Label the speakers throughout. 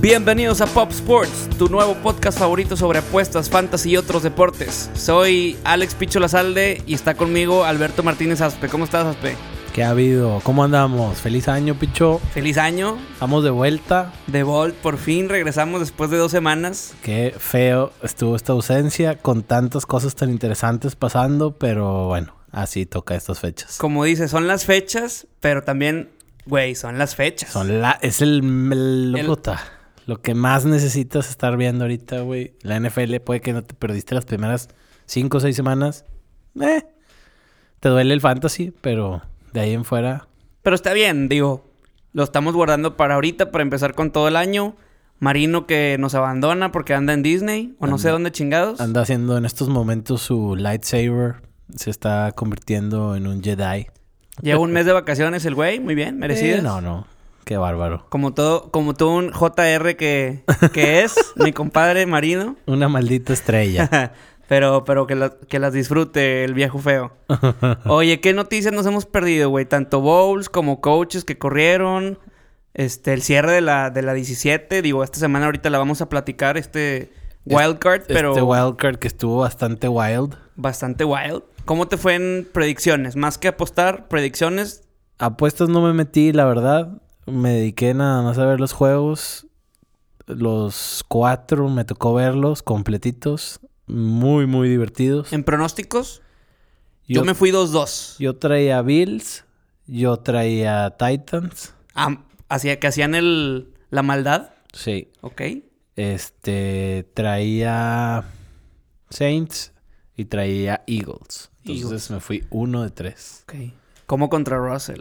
Speaker 1: Bienvenidos a Pop Sports, tu nuevo podcast favorito sobre apuestas, fantasy y otros deportes. Soy Alex Picho Lazalde y está conmigo Alberto Martínez Aspe. ¿Cómo estás, Aspe?
Speaker 2: ¿Qué ha habido? ¿Cómo andamos? Feliz año, picho.
Speaker 1: Feliz año.
Speaker 2: Estamos de vuelta.
Speaker 1: De Volt, por fin regresamos después de dos semanas.
Speaker 2: Qué feo estuvo esta ausencia con tantas cosas tan interesantes pasando, pero bueno, así toca estas fechas.
Speaker 1: Como dice, son las fechas, pero también, güey, son las fechas.
Speaker 2: Son la, es el, el-
Speaker 1: El-
Speaker 2: puta, lo que más necesitas estar viendo ahorita, güey. La NFL puede que no te perdiste las primeras cinco o seis semanas. Eh, te duele el fantasy, pero de ahí en fuera.
Speaker 1: Pero está bien, digo, lo estamos guardando para ahorita, para empezar con todo el año. Marino que nos abandona porque anda en Disney o no sé dónde chingados.
Speaker 2: Anda haciendo en estos momentos su lightsaber. Se está convirtiendo en un Jedi.
Speaker 1: Lleva un mes de vacaciones el güey, muy bien, merecido.
Speaker 2: Eh, no, no. Qué bárbaro.
Speaker 1: Como todo, como todo un JR que, que es, mi compadre Marino.
Speaker 2: Una maldita estrella.
Speaker 1: pero pero que, la- que las disfrute el viejo feo. Oye, ¿qué noticias nos hemos perdido, güey? Tanto bowls como coaches que corrieron. Este, el cierre de la, de la 17. Digo, esta semana ahorita la vamos a platicar, este wildcard, pero
Speaker 2: Este wildcard que estuvo bastante wild.
Speaker 1: bastante wild. ¿Cómo te fue en predicciones? Más que apostar, predicciones.
Speaker 2: Apuestas no me metí, la verdad. Me dediqué nada más a ver los juegos. Los cuatro me tocó verlos completitos. Muy, muy divertidos.
Speaker 1: En pronósticos, yo,
Speaker 2: Yo,
Speaker 1: me fui 2-2.
Speaker 2: yo traía Bills. Yo traía Titans.
Speaker 1: Ah, hacía- que hacían el, la maldad.
Speaker 2: Sí.
Speaker 1: Ok.
Speaker 2: Este, traía Saints y traía Eagles. Entonces
Speaker 1: Eagles.
Speaker 2: me fui uno de tres.
Speaker 1: Ok. Como contra Russell.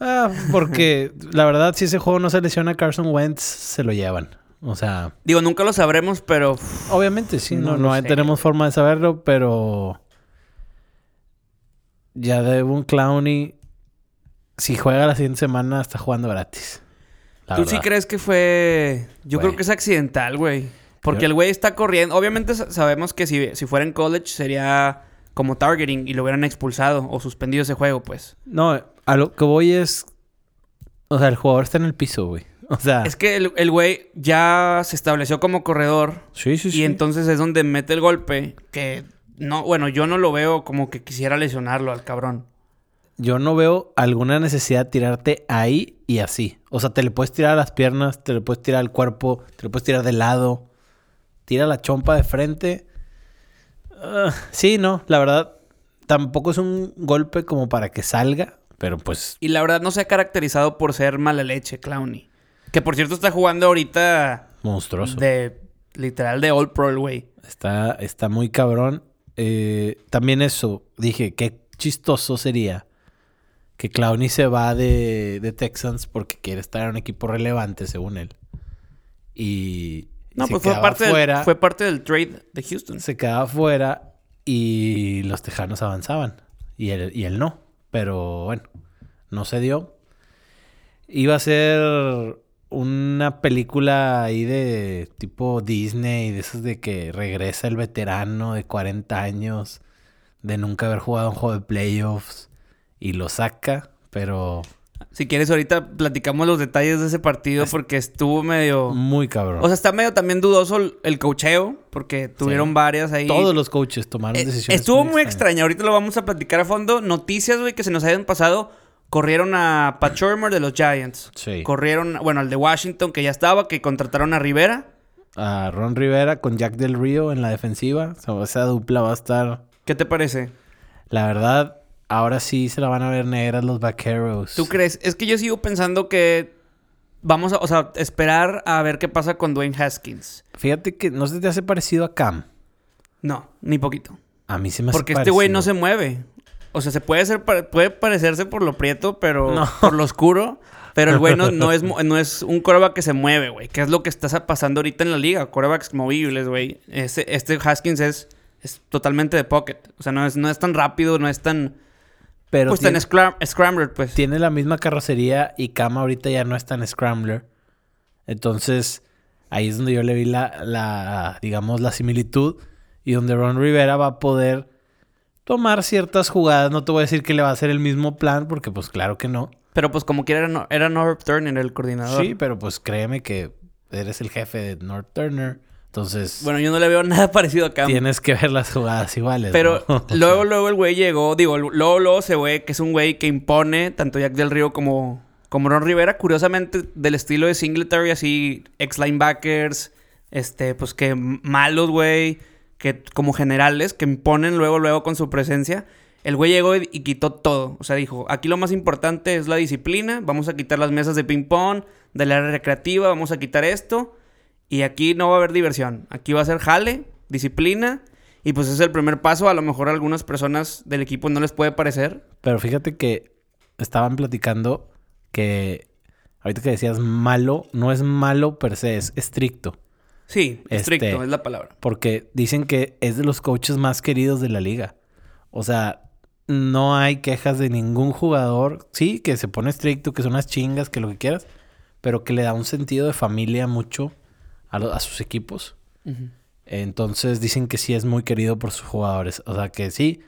Speaker 2: Ah, porque la verdad, si ese juego no se lesiona a Carson Wentz, se lo llevan. O sea,
Speaker 1: Digo, nunca lo sabremos, pero uf,
Speaker 2: obviamente sí,
Speaker 1: No
Speaker 2: no, no,
Speaker 1: lo
Speaker 2: hay-
Speaker 1: sé.
Speaker 2: tenemos forma de saberlo, pero ya Devon Clowney, si juega la siguiente semana, está jugando gratis. La
Speaker 1: tú
Speaker 2: verdad.
Speaker 1: sí crees que fue... Yo
Speaker 2: Güey.
Speaker 1: creo que es accidental, güey. Porque
Speaker 2: Yo-
Speaker 1: el güey está corriendo. Obviamente sa- sabemos que si, si fuera en college sería como targeting y lo hubieran expulsado o suspendido ese juego, pues.
Speaker 2: No, a lo que voy es. O sea, el jugador está en el piso, güey. O sea,
Speaker 1: Es que el el güey ya se estableció como corredor
Speaker 2: Sí, sí,
Speaker 1: y entonces es donde mete el golpe que... No, bueno, yo no lo veo como que quisiera lesionarlo al cabrón.
Speaker 2: Yo no veo alguna necesidad de tirarte ahí y así. O sea, te le puedes tirar a las piernas, te le puedes tirar al cuerpo, te le puedes tirar de lado. Tira la chompa de frente. Ah, sí, no, la verdad, tampoco es un golpe como para que salga, pero pues
Speaker 1: Y la verdad no se ha caracterizado por ser mala leche, Clowny. Que por cierto está jugando ahorita
Speaker 2: monstruoso.
Speaker 1: de literal de All Pro el güey.
Speaker 2: Está, está muy cabrón. Eh, también eso, dije, qué chistoso sería que Clowney se va de, de Texans porque quiere estar en un equipo relevante, según él. Y
Speaker 1: No,
Speaker 2: se
Speaker 1: pues fue
Speaker 2: quedaba
Speaker 1: parte,
Speaker 2: fuera,
Speaker 1: del, fue parte del trade de Houston.
Speaker 2: se quedaba fuera y los Tejanos avanzaban. Y él, y él no. Pero bueno, no se dio. Iba a ser una película ahí de tipo Disney, de esos de que regresa el veterano de 40 años, de nunca haber jugado un juego de playoffs y lo saca, pero
Speaker 1: Si quieres, ahorita platicamos los detalles de ese partido porque estuvo medio.
Speaker 2: muy cabrón.
Speaker 1: O sea, está medio también dudoso el- el cocheo porque tuvieron varias ahí.
Speaker 2: Todos los coaches tomaron
Speaker 1: Eh,
Speaker 2: decisiones.
Speaker 1: estuvo muy
Speaker 2: extrañas.
Speaker 1: extraña. Ahorita lo vamos a platicar a fondo. Noticias, güey, que se nos hayan pasado. Corrieron a Pat Shurmur de los Giants.
Speaker 2: Sí.
Speaker 1: Corrieron, bueno, al de Washington que ya estaba, que contrataron a Rivera.
Speaker 2: a Ron Rivera con Jack del Río en la defensiva. O sea, esa dupla va a estar.
Speaker 1: ¿Qué te parece?
Speaker 2: La verdad, ahora sí se la van a ver negras los vaqueros.
Speaker 1: ¿Tú crees? Es que yo sigo pensando que vamos a, o sea, esperar a ver qué pasa con Dwayne Haskins.
Speaker 2: Fíjate que no se te hace parecido a Cam.
Speaker 1: No, ni poquito.
Speaker 2: A mí se me hace
Speaker 1: Porque este güey no
Speaker 2: parecido.
Speaker 1: se mueve. O sea, se puede hacer pa- puede parecerse por lo prieto, pero
Speaker 2: No.
Speaker 1: por lo oscuro. Pero el güey no, no es, mo- no es un coreback que se mueve, güey. Que es lo que está sa- pasando ahorita en la liga. Corebacks movibles, güey. Este, este Haskins es, es totalmente de pocket. O sea, no es, no es tan rápido, no es tan...
Speaker 2: Pero
Speaker 1: pues
Speaker 2: tiene,
Speaker 1: tan scram- scrambler, pues.
Speaker 2: tiene la misma carrocería y Cam ahorita ya no es tan scrambler. Entonces, ahí es donde yo le vi la, la digamos, la similitud. Y donde Ron Rivera va a poder tomar ciertas jugadas. No te voy a decir que le va a hacer el mismo plan, porque pues claro que no.
Speaker 1: Pero pues como quiera era, no, era North Turner el coordinador.
Speaker 2: Sí, pero pues créeme que eres el jefe de North Turner. Entonces,
Speaker 1: Bueno, yo no le veo nada parecido acá.
Speaker 2: tienes que ver las jugadas iguales.
Speaker 1: Pero
Speaker 2: ¿no? O
Speaker 1: luego,
Speaker 2: sea,
Speaker 1: luego el güey llegó, digo, luego, luego se ve que es un güey que impone tanto Jack del Río como, como Ron Rivera, curiosamente del estilo de Singletary, así, ex linebackers, este, pues que m- malos, güey, que como generales, que imponen luego, luego con su presencia. El güey llegó y, y quitó todo. O sea, dijo, aquí lo más importante es la disciplina, vamos a quitar las mesas de ping-pong, del área recreativa, vamos a quitar esto. Y aquí no va a haber diversión. Aquí va a ser jale, disciplina. Y pues es el primer paso. A lo mejor a algunas personas del equipo no les puede parecer.
Speaker 2: pero fíjate que estaban platicando que ahorita que decías malo, no es malo per se, es estricto.
Speaker 1: Sí, estricto
Speaker 2: Este-
Speaker 1: es la palabra.
Speaker 2: Porque dicen que es de los coaches más queridos de la liga. O sea, no hay quejas de ningún jugador. Sí, que se pone estricto, que son unas chingas, que lo que quieras. Pero que le da un sentido de familia mucho a, lo- a sus equipos. Entonces dicen que sí es muy querido por sus jugadores. O sea, que sí.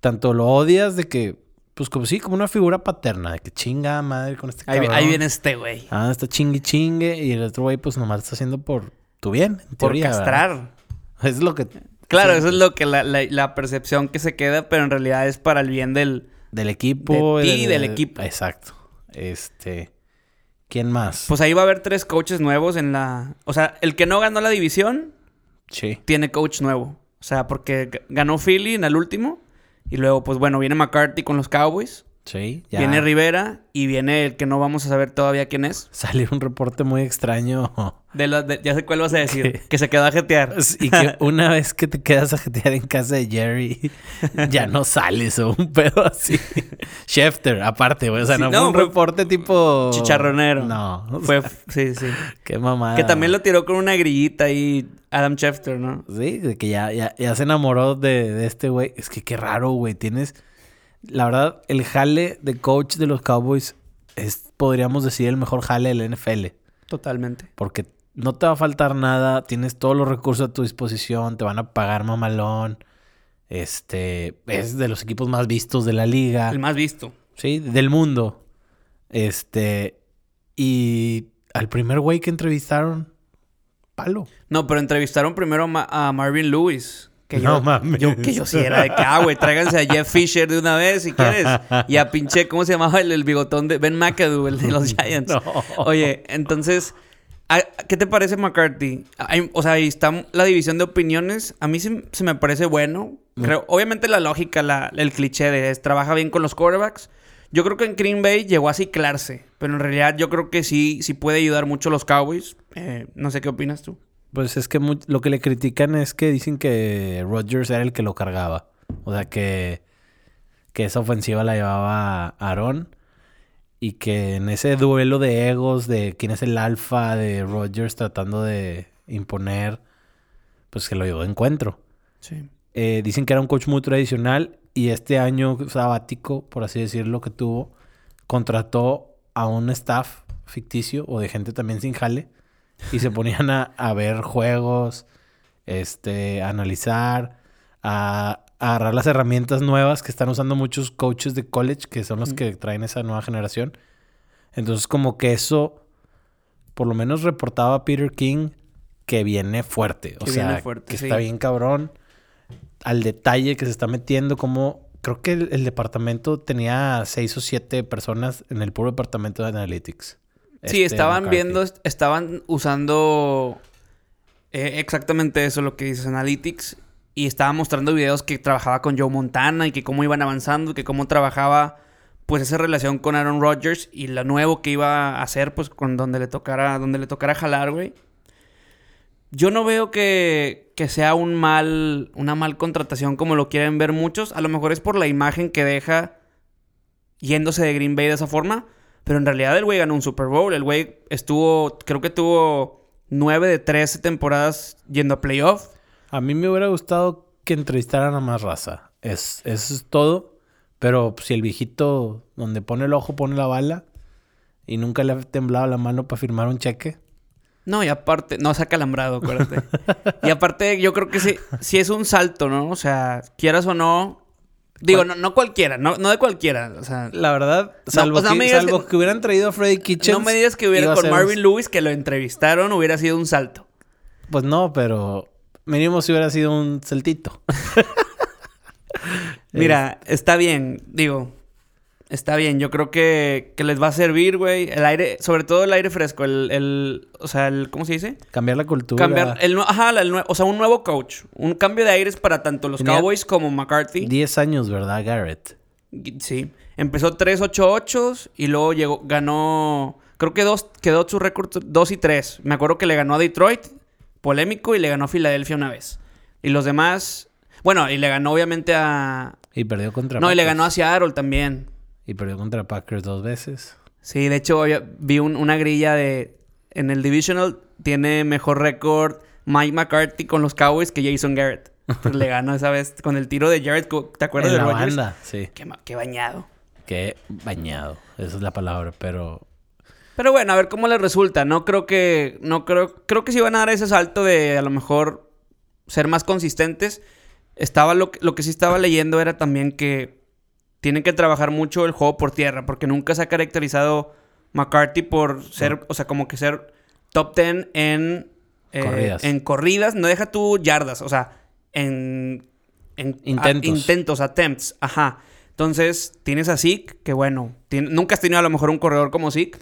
Speaker 2: Tanto lo odias de que... Pues como sí, como una figura paterna. De que chinga madre con este
Speaker 1: Ahí, vi-
Speaker 2: cabrón.
Speaker 1: ahí viene este güey.
Speaker 2: Ah, está chingue chingue. Y el otro güey pues nomás lo está haciendo por tu bien. en
Speaker 1: Por
Speaker 2: teoría, ¿verdad?
Speaker 1: castrar.
Speaker 2: Es lo que.
Speaker 1: Claro,
Speaker 2: sí,
Speaker 1: eso es lo que la, la- la percepción que se queda, pero en realidad es para el bien del.
Speaker 2: Del equipo.
Speaker 1: de
Speaker 2: y
Speaker 1: ti y del equipo.
Speaker 2: Exacto. Este. ¿Quién más?
Speaker 1: Pues ahí va a haber tres coaches nuevos en la. O sea, el que no ganó la división
Speaker 2: sí.
Speaker 1: tiene coach nuevo. O sea, porque g- ganó Philly en el último. Y luego, pues bueno, viene McCarthy con los Cowboys.
Speaker 2: Sí. Ya.
Speaker 1: Viene Rivera y viene el que no vamos a saber todavía quién es.
Speaker 2: Salió un reporte muy extraño.
Speaker 1: De la- de- ya sé cuál vas a decir. Que se quedó a jetear.
Speaker 2: Y que una vez que te quedas a jetear en casa de Jerry, ya no sales o un pedo así. Schefter, aparte, güey. O sea,
Speaker 1: Sí,
Speaker 2: no,
Speaker 1: no,
Speaker 2: fue un
Speaker 1: fue
Speaker 2: reporte tipo.
Speaker 1: Chicharronero.
Speaker 2: No. Ah.
Speaker 1: Fue, sí, sí.
Speaker 2: Qué mamada.
Speaker 1: Que también lo tiró con una grillita ahí Adam Schefter, ¿no?
Speaker 2: Sí, de que ya, ya, ya se enamoró de, de este güey. Es que qué raro, güey. Tienes. La verdad, el jale de coach de los Cowboys es, podríamos decir, el mejor jale del NFL.
Speaker 1: Totalmente.
Speaker 2: Porque no te va a faltar nada. Tienes todos los recursos a tu disposición. Te van a pagar mamalón. Este. Es de los equipos más vistos de la liga.
Speaker 1: El más visto.
Speaker 2: Sí, del mundo. Este. Y al primer güey que entrevistaron, palo.
Speaker 1: No, pero entrevistaron primero a Ma- a Marvin Lewis. Que
Speaker 2: No
Speaker 1: yo,
Speaker 2: mames.
Speaker 1: Yo, que yo sí era de que, ah, güey, tráiganse a Jeff Fisher de una vez si quieres. Y a pinche, ¿cómo se llamaba el, el bigotón de Ben McAdoo, el de los Giants?
Speaker 2: No.
Speaker 1: Oye, entonces, ¿a- ¿qué te parece McCarthy? Hay- o sea, ahí está la división de opiniones. A mí se, se me parece bueno. Creo- obviamente la lógica, la- el cliché de es, trabaja bien con los quarterbacks. Yo creo que en Green Bay llegó a ciclarse, pero en realidad yo creo que sí, sí puede ayudar mucho a los Cowboys. Eh, no sé qué opinas tú.
Speaker 2: Pues es que mu- lo que le critican es que dicen que Rodgers era el que lo cargaba. O sea, que, que esa ofensiva la llevaba Aaron. Y que en ese duelo de egos, de quién es el alfa, de Rodgers tratando de imponer, pues que lo llevó de encuentro.
Speaker 1: Sí.
Speaker 2: Eh, dicen que era un coach muy tradicional y este año sabático, por así decirlo, que tuvo, contrató a un staff ficticio o de gente también sin jale y se ponían a, a ver juegos, este, a analizar, a, a agarrar las herramientas nuevas que están usando muchos coaches de college, que son los que traen esa nueva generación. Entonces como que eso, por lo menos reportaba Peter King, que viene fuerte, o
Speaker 1: Que
Speaker 2: sea,
Speaker 1: viene fuerte,
Speaker 2: que
Speaker 1: sí.
Speaker 2: está bien cabrón al detalle que se está metiendo, como creo que el, el departamento tenía seis o siete personas en el puro departamento de Analytics.
Speaker 1: Sí,
Speaker 2: Este,
Speaker 1: estaban
Speaker 2: McCarthy.
Speaker 1: viendo, estaban usando eh, exactamente eso, lo que dices, Analytics. Y estaba mostrando videos que trabajaba con Joe Montana y que cómo iban avanzando, que cómo trabajaba pues esa relación con Aaron Rodgers y lo nuevo que iba a hacer pues con donde le tocara, donde le tocara jalar, güey. Yo no veo que, que sea un mal, una mal contratación como lo quieren ver muchos. A lo mejor es por la imagen que deja yéndose de Green Bay de esa forma. Pero en realidad el güey ganó un Super Bowl. El güey estuvo, creo que tuvo nueve de 13 temporadas yendo a playoff.
Speaker 2: A mí me hubiera gustado que entrevistaran a más raza. Es, eso es todo. Pero pues, si el viejito donde pone el ojo pone la bala y nunca le ha temblado la mano para firmar un cheque.
Speaker 1: No, y aparte, no, se ha calambrado, acuérdate. y aparte, yo creo que sí, sí es un salto, ¿no? O sea, quieras o no, Digo, no, no cualquiera, no, no de cualquiera. O sea,
Speaker 2: La verdad, salvo,
Speaker 1: pues no
Speaker 2: que,
Speaker 1: me digas
Speaker 2: salvo
Speaker 1: que-
Speaker 2: que, hubieran traído a Freddy Kitchens.
Speaker 1: no me digas que hubiera
Speaker 2: iba a
Speaker 1: con
Speaker 2: ser-
Speaker 1: Marvin Lewis que lo entrevistaron, hubiera sido un salto.
Speaker 2: Pues no, pero mínimo si hubiera sido un celtito.
Speaker 1: Mira, está bien, digo. Está bien, yo creo que, que les va a servir, güey. El aire, sobre todo el aire fresco, el, el o sea, el, ¿cómo se dice?
Speaker 2: Cambiar la cultura.
Speaker 1: Cambiar, el, nue- ajá, el nue- o sea, un nuevo coach. Un cambio de aires para tanto los
Speaker 2: Tenía
Speaker 1: Cowboys como McCarthy.
Speaker 2: 10 años, ¿verdad, Garrett?
Speaker 1: Sí. Empezó 3-8-8 y luego llegó, ganó. Creo que dos, quedó su récord 2 y 3. Me acuerdo que le ganó a Detroit, polémico, y le ganó a Filadelfia una vez. Y los demás. Bueno, y le ganó obviamente a.
Speaker 2: Y perdió contra
Speaker 1: No, y le
Speaker 2: Packers.
Speaker 1: ganó a Seattle también.
Speaker 2: Y perdió contra Packers dos veces.
Speaker 1: Sí, de hecho, yo vi un- una grilla de. En el Divisional tiene mejor récord Mike McCarthy con los Cowboys que Jason Garrett. Pues le ganó esa vez con el tiro de Jared Cook. ¿Te acuerdas
Speaker 2: en
Speaker 1: de
Speaker 2: la
Speaker 1: Rodgers?
Speaker 2: banda, sí.
Speaker 1: Qué ma- qué bañado.
Speaker 2: Qué bañado. Esa es la palabra, pero...
Speaker 1: Pero bueno, a ver cómo les resulta. No creo que. No creo. Creo que sí van a dar ese salto de a lo mejor ser más consistentes. Estaba lo que, lo que sí estaba leyendo era también que tienen que trabajar mucho el juego por tierra. Porque nunca se ha caracterizado McCarthy por ser. O sea, como que ser top 10 en. eh,
Speaker 2: Corridas.
Speaker 1: En corridas. No deja tú yardas. O sea, en. en- a-
Speaker 2: Intentos.
Speaker 1: intentos, attempts. Ajá. Entonces, tienes a Zeke, que bueno, tien- nunca has tenido a lo mejor un corredor como Zeke,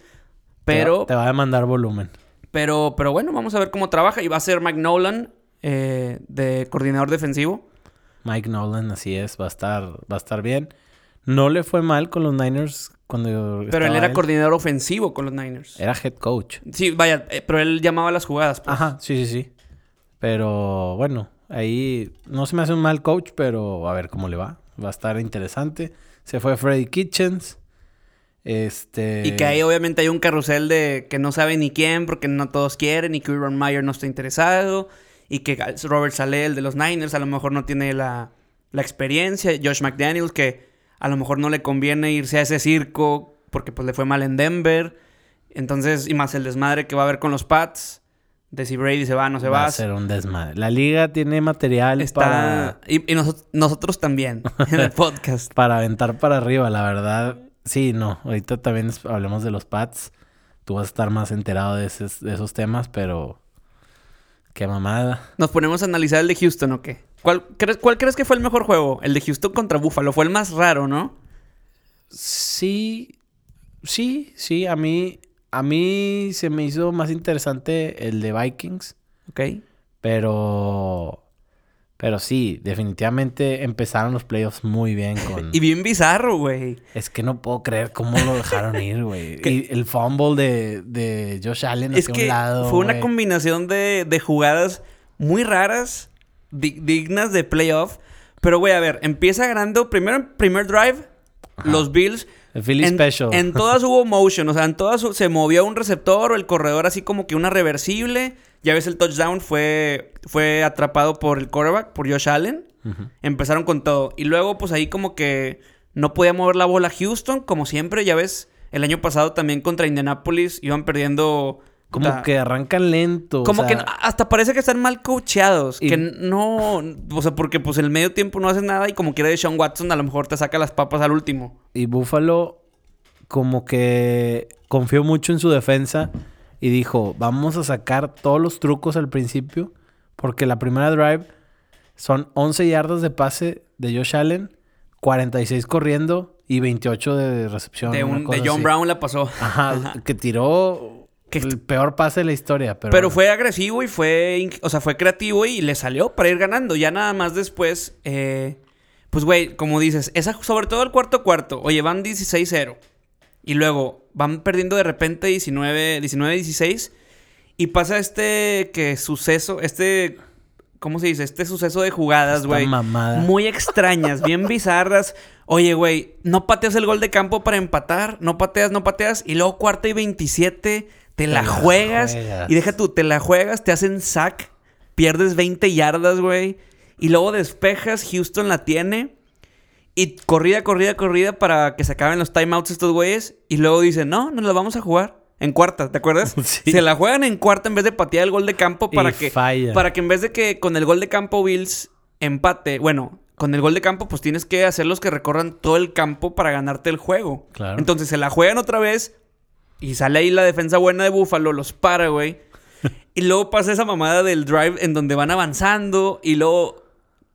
Speaker 1: pero,
Speaker 2: Te va a demandar volumen.
Speaker 1: pero, pero bueno, vamos a ver cómo trabaja. Y va a ser Mike Nolan eh, de coordinador defensivo.
Speaker 2: Mike Nolan, así es, va a estar, va a estar bien. No le fue mal con los Niners cuando
Speaker 1: Pero él
Speaker 2: estaba
Speaker 1: era coordinador ofensivo con los Niners.
Speaker 2: Era head coach.
Speaker 1: Sí, vaya, eh, pero él llamaba las jugadas. pues.
Speaker 2: Ajá, sí, sí, sí. Pero bueno, ahí no se me hace un mal coach, pero a ver cómo le va. Va a estar interesante. Se fue Freddy Kitchens. Este.
Speaker 1: Y que ahí obviamente hay un carrusel de que no sabe ni quién, porque no todos quieren, y que Urban Meyer no está interesado, y que Robert Saleh, el de los Niners, a lo mejor no tiene la, la experiencia, Josh McDaniels, que a lo mejor no le conviene irse a ese circo, porque pues le fue mal en Denver, entonces, y más el desmadre que va a haber con los Pats, de si Brady se va o no se va.
Speaker 2: va a ser un desmadre. La liga tiene material
Speaker 1: está...
Speaker 2: para,
Speaker 1: Y, y noso- nosotros también, en el podcast.
Speaker 2: para aventar para arriba, la verdad. Sí, no. Ahorita también es- hablemos de los Pats. Tú vas a estar más enterado de, esos- de esos temas, pero. Qué mamada.
Speaker 1: Nos ponemos a analizar el de Houston, ¿o qué? ¿Cuál crees, cuál crees que fue el mejor juego? El de Houston contra Buffalo. Fue el más raro, ¿no?
Speaker 2: Sí, sí, sí, a mí, a mí se me hizo más interesante el de Vikings,
Speaker 1: Ok.
Speaker 2: pero, pero sí, definitivamente empezaron los playoffs muy bien con...
Speaker 1: Y bien bizarro, güey.
Speaker 2: Es que no puedo creer cómo lo dejaron ir, güey. Y el fumble de, de Josh Allen
Speaker 1: Es
Speaker 2: hacia
Speaker 1: que
Speaker 2: un lado,
Speaker 1: fue una
Speaker 2: güey.
Speaker 1: combinación de, de jugadas muy raras, di- dignas de playoff. Pero, güey, a ver, empieza ganando primero en primer drive, los Bills.
Speaker 2: El Philly
Speaker 1: en,
Speaker 2: Special.
Speaker 1: en todas hubo motion, o sea, en todas hu- se movió un receptor o el corredor así como que una reversible. Ya ves, el touchdown fue, fue atrapado por el quarterback, por Josh Allen. Empezaron con todo. Y luego, pues ahí como que no podía mover la bola Houston, como siempre. Ya ves, el año pasado también contra Indianapolis iban perdiendo.
Speaker 2: Como
Speaker 1: puta,
Speaker 2: que arrancan lento. o
Speaker 1: Como
Speaker 2: sea,
Speaker 1: que no- ah. hasta parece que están mal coacheados.
Speaker 2: Y-
Speaker 1: Que no. O sea, porque pues el medio tiempo no hace nada y como quiera de Sean Watson, a lo mejor te saca las papas al último.
Speaker 2: Y Buffalo como que confió mucho en su defensa y dijo, vamos a sacar todos los trucos al principio porque la primera drive son 11 yardas de pase de Josh Allen, 46 corriendo y 28 de recepción.
Speaker 1: de,
Speaker 2: una
Speaker 1: un- de
Speaker 2: cosa
Speaker 1: John
Speaker 2: así.
Speaker 1: Brown la pasó.
Speaker 2: Ajá, que tiró
Speaker 1: Que-
Speaker 2: el peor pase de la historia. Pero,
Speaker 1: Pero
Speaker 2: bueno.
Speaker 1: fue agresivo y fue, in- o sea, fue creativo y le salió para ir ganando. Ya nada más después, eh, pues güey, como dices, esa, sobre todo el cuarto cuarto, oye, van 16-0 y luego van perdiendo de repente 19 19-16 y pasa este que suceso, este, ¿cómo se dice? Este suceso de jugadas,
Speaker 2: Esta
Speaker 1: güey.
Speaker 2: mamada.
Speaker 1: Muy extrañas, bien bizarras. Oye, güey, no pateas el gol de campo para empatar, no pateas, no pateas y luego cuarta y 27 te la
Speaker 2: la
Speaker 1: juegas,
Speaker 2: juegas.
Speaker 1: y deja tú, te la juegas, te hacen sack, pierdes 20 yardas, güey, y luego despejas, Houston la tiene y corrida, corrida, corrida para que se acaben los timeouts estos güeyes y luego dicen, "No, nos la vamos a jugar." En cuarta, ¿te acuerdas?
Speaker 2: Sí.
Speaker 1: Se la juegan en cuarta en vez de patear el gol de campo para
Speaker 2: Y
Speaker 1: que
Speaker 2: falla.
Speaker 1: para que en vez de que con el gol de campo Bills empate, bueno, con el gol de campo, pues tienes que hacerlos que recorran todo el campo para ganarte el juego.
Speaker 2: Claro.
Speaker 1: Entonces se la juegan otra vez y sale ahí la defensa buena de Búfalo, los para, güey. y luego pasa esa mamada del drive en donde van avanzando y luego,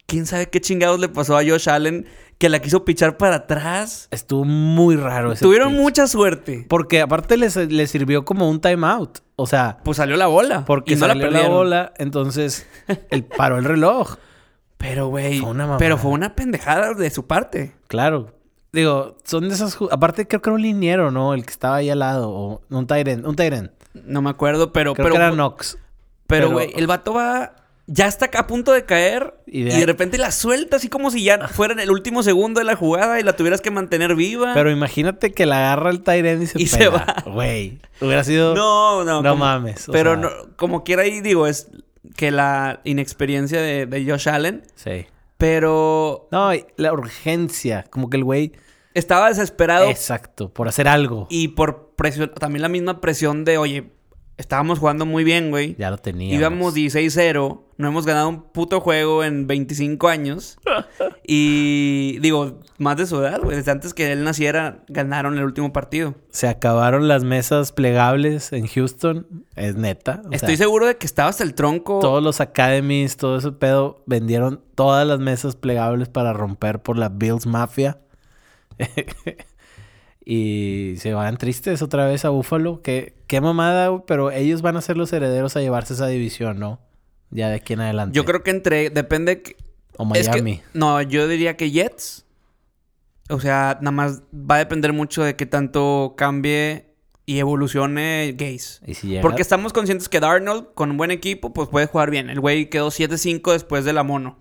Speaker 1: quién sabe qué chingados le pasó a Josh Allen que la quiso pichar para atrás.
Speaker 2: Estuvo muy raro ese
Speaker 1: Tuvieron
Speaker 2: pitch.
Speaker 1: mucha suerte.
Speaker 2: Porque aparte les, les sirvió como un timeout. O sea,
Speaker 1: Pues salió la bola.
Speaker 2: porque
Speaker 1: y no
Speaker 2: salió
Speaker 1: la,
Speaker 2: la,
Speaker 1: perdieron.
Speaker 2: bola, entonces él paró el reloj.
Speaker 1: Pero, güey.
Speaker 2: Fue una mamada.
Speaker 1: Pero fue una pendejada de su parte.
Speaker 2: Claro. Digo, son de esas... ju- Aparte creo que era un liniero, ¿no? El que estaba ahí al lado. O un Tyren. Un Tyren.
Speaker 1: No me acuerdo, pero.
Speaker 2: Creo
Speaker 1: pero,
Speaker 2: que era Knox.
Speaker 1: Pero,
Speaker 2: Pero-
Speaker 1: güey, el vato va. Ya está a punto de caer
Speaker 2: Y
Speaker 1: y
Speaker 2: de
Speaker 1: de,
Speaker 2: ahí-
Speaker 1: repente la suelta, así como si ya fuera en el último segundo de la jugada y la tuvieras que mantener viva.
Speaker 2: Pero imagínate que la agarra el Tyren y se
Speaker 1: Ah. Y
Speaker 2: pela.
Speaker 1: se va.
Speaker 2: Güey. Hubiera sido...
Speaker 1: no, no,
Speaker 2: No
Speaker 1: como-
Speaker 2: mames, o
Speaker 1: Pero
Speaker 2: sea.
Speaker 1: no- como quiera ahí digo, es que la inexperiencia de, de Josh Allen,
Speaker 2: Sí.
Speaker 1: pero
Speaker 2: No, y la urgencia. Como que el güey...
Speaker 1: estaba desesperado
Speaker 2: Exacto. Por hacer algo.
Speaker 1: y por presión, también la misma presión de, oye, estábamos jugando muy bien, güey.
Speaker 2: Ya lo tenía.
Speaker 1: Íbamos 16-0, no hemos ganado un puto juego en 25 años. y digo, más de su edad, güey. Desde antes que él naciera, ganaron el último partido.
Speaker 2: Se acabaron las mesas plegables en Houston. Es neta. O
Speaker 1: Estoy
Speaker 2: sea,
Speaker 1: seguro de que estaba hasta el tronco.
Speaker 2: Todos los academies, todo ese pedo, vendieron todas las mesas plegables para romper por la Bills Mafia. y se van tristes otra vez a Buffalo. Qué, qué mamada, güey, pero ellos van a ser los herederos a llevarse esa división, ¿no? Ya de aquí en adelante.
Speaker 1: Yo creo que entre. Depende. que-
Speaker 2: O
Speaker 1: es que-
Speaker 2: Miami.
Speaker 1: no, yo diría que Jets. O sea, nada más va a depender mucho de qué tanto cambie y evolucione Gaze.
Speaker 2: Y si llega...
Speaker 1: Porque estamos conscientes que Darnold, con un buen equipo, pues puede jugar bien. El güey quedó 7-5 después de la mono.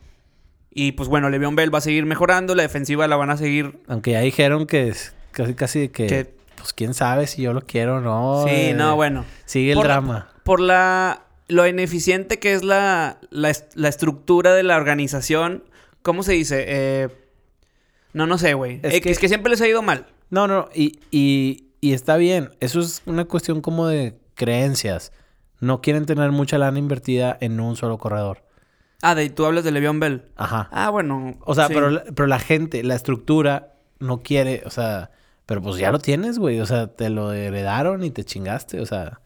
Speaker 1: Y pues bueno, Le'Veon Bell va a seguir mejorando, la defensiva la van a seguir.
Speaker 2: Aunque ya dijeron que es casi, casi de que...
Speaker 1: Que-
Speaker 2: Pues quién sabe si yo lo quiero o no.
Speaker 1: sí,
Speaker 2: eh,
Speaker 1: no, bueno.
Speaker 2: Sigue el
Speaker 1: Por-
Speaker 2: drama.
Speaker 1: Por la lo ineficiente que es la, la, est- la estructura de la organización. ¿Cómo se dice? Eh, no, no sé, güey. Eh,
Speaker 2: Es
Speaker 1: Es,
Speaker 2: que-
Speaker 1: que... siempre les ha ido mal.
Speaker 2: No, no, y, y, y está bien. Eso es una cuestión como de creencias. No quieren tener mucha lana invertida en un solo corredor.
Speaker 1: Ah, de, tú hablas de Le'Veon Bell.
Speaker 2: Ajá.
Speaker 1: Ah, bueno.
Speaker 2: O sea,
Speaker 1: sí.
Speaker 2: pero, la- pero la gente, la estructura no quiere, o sea, pero pues ya lo tienes, güey. O sea, te lo heredaron y te chingaste. O sea,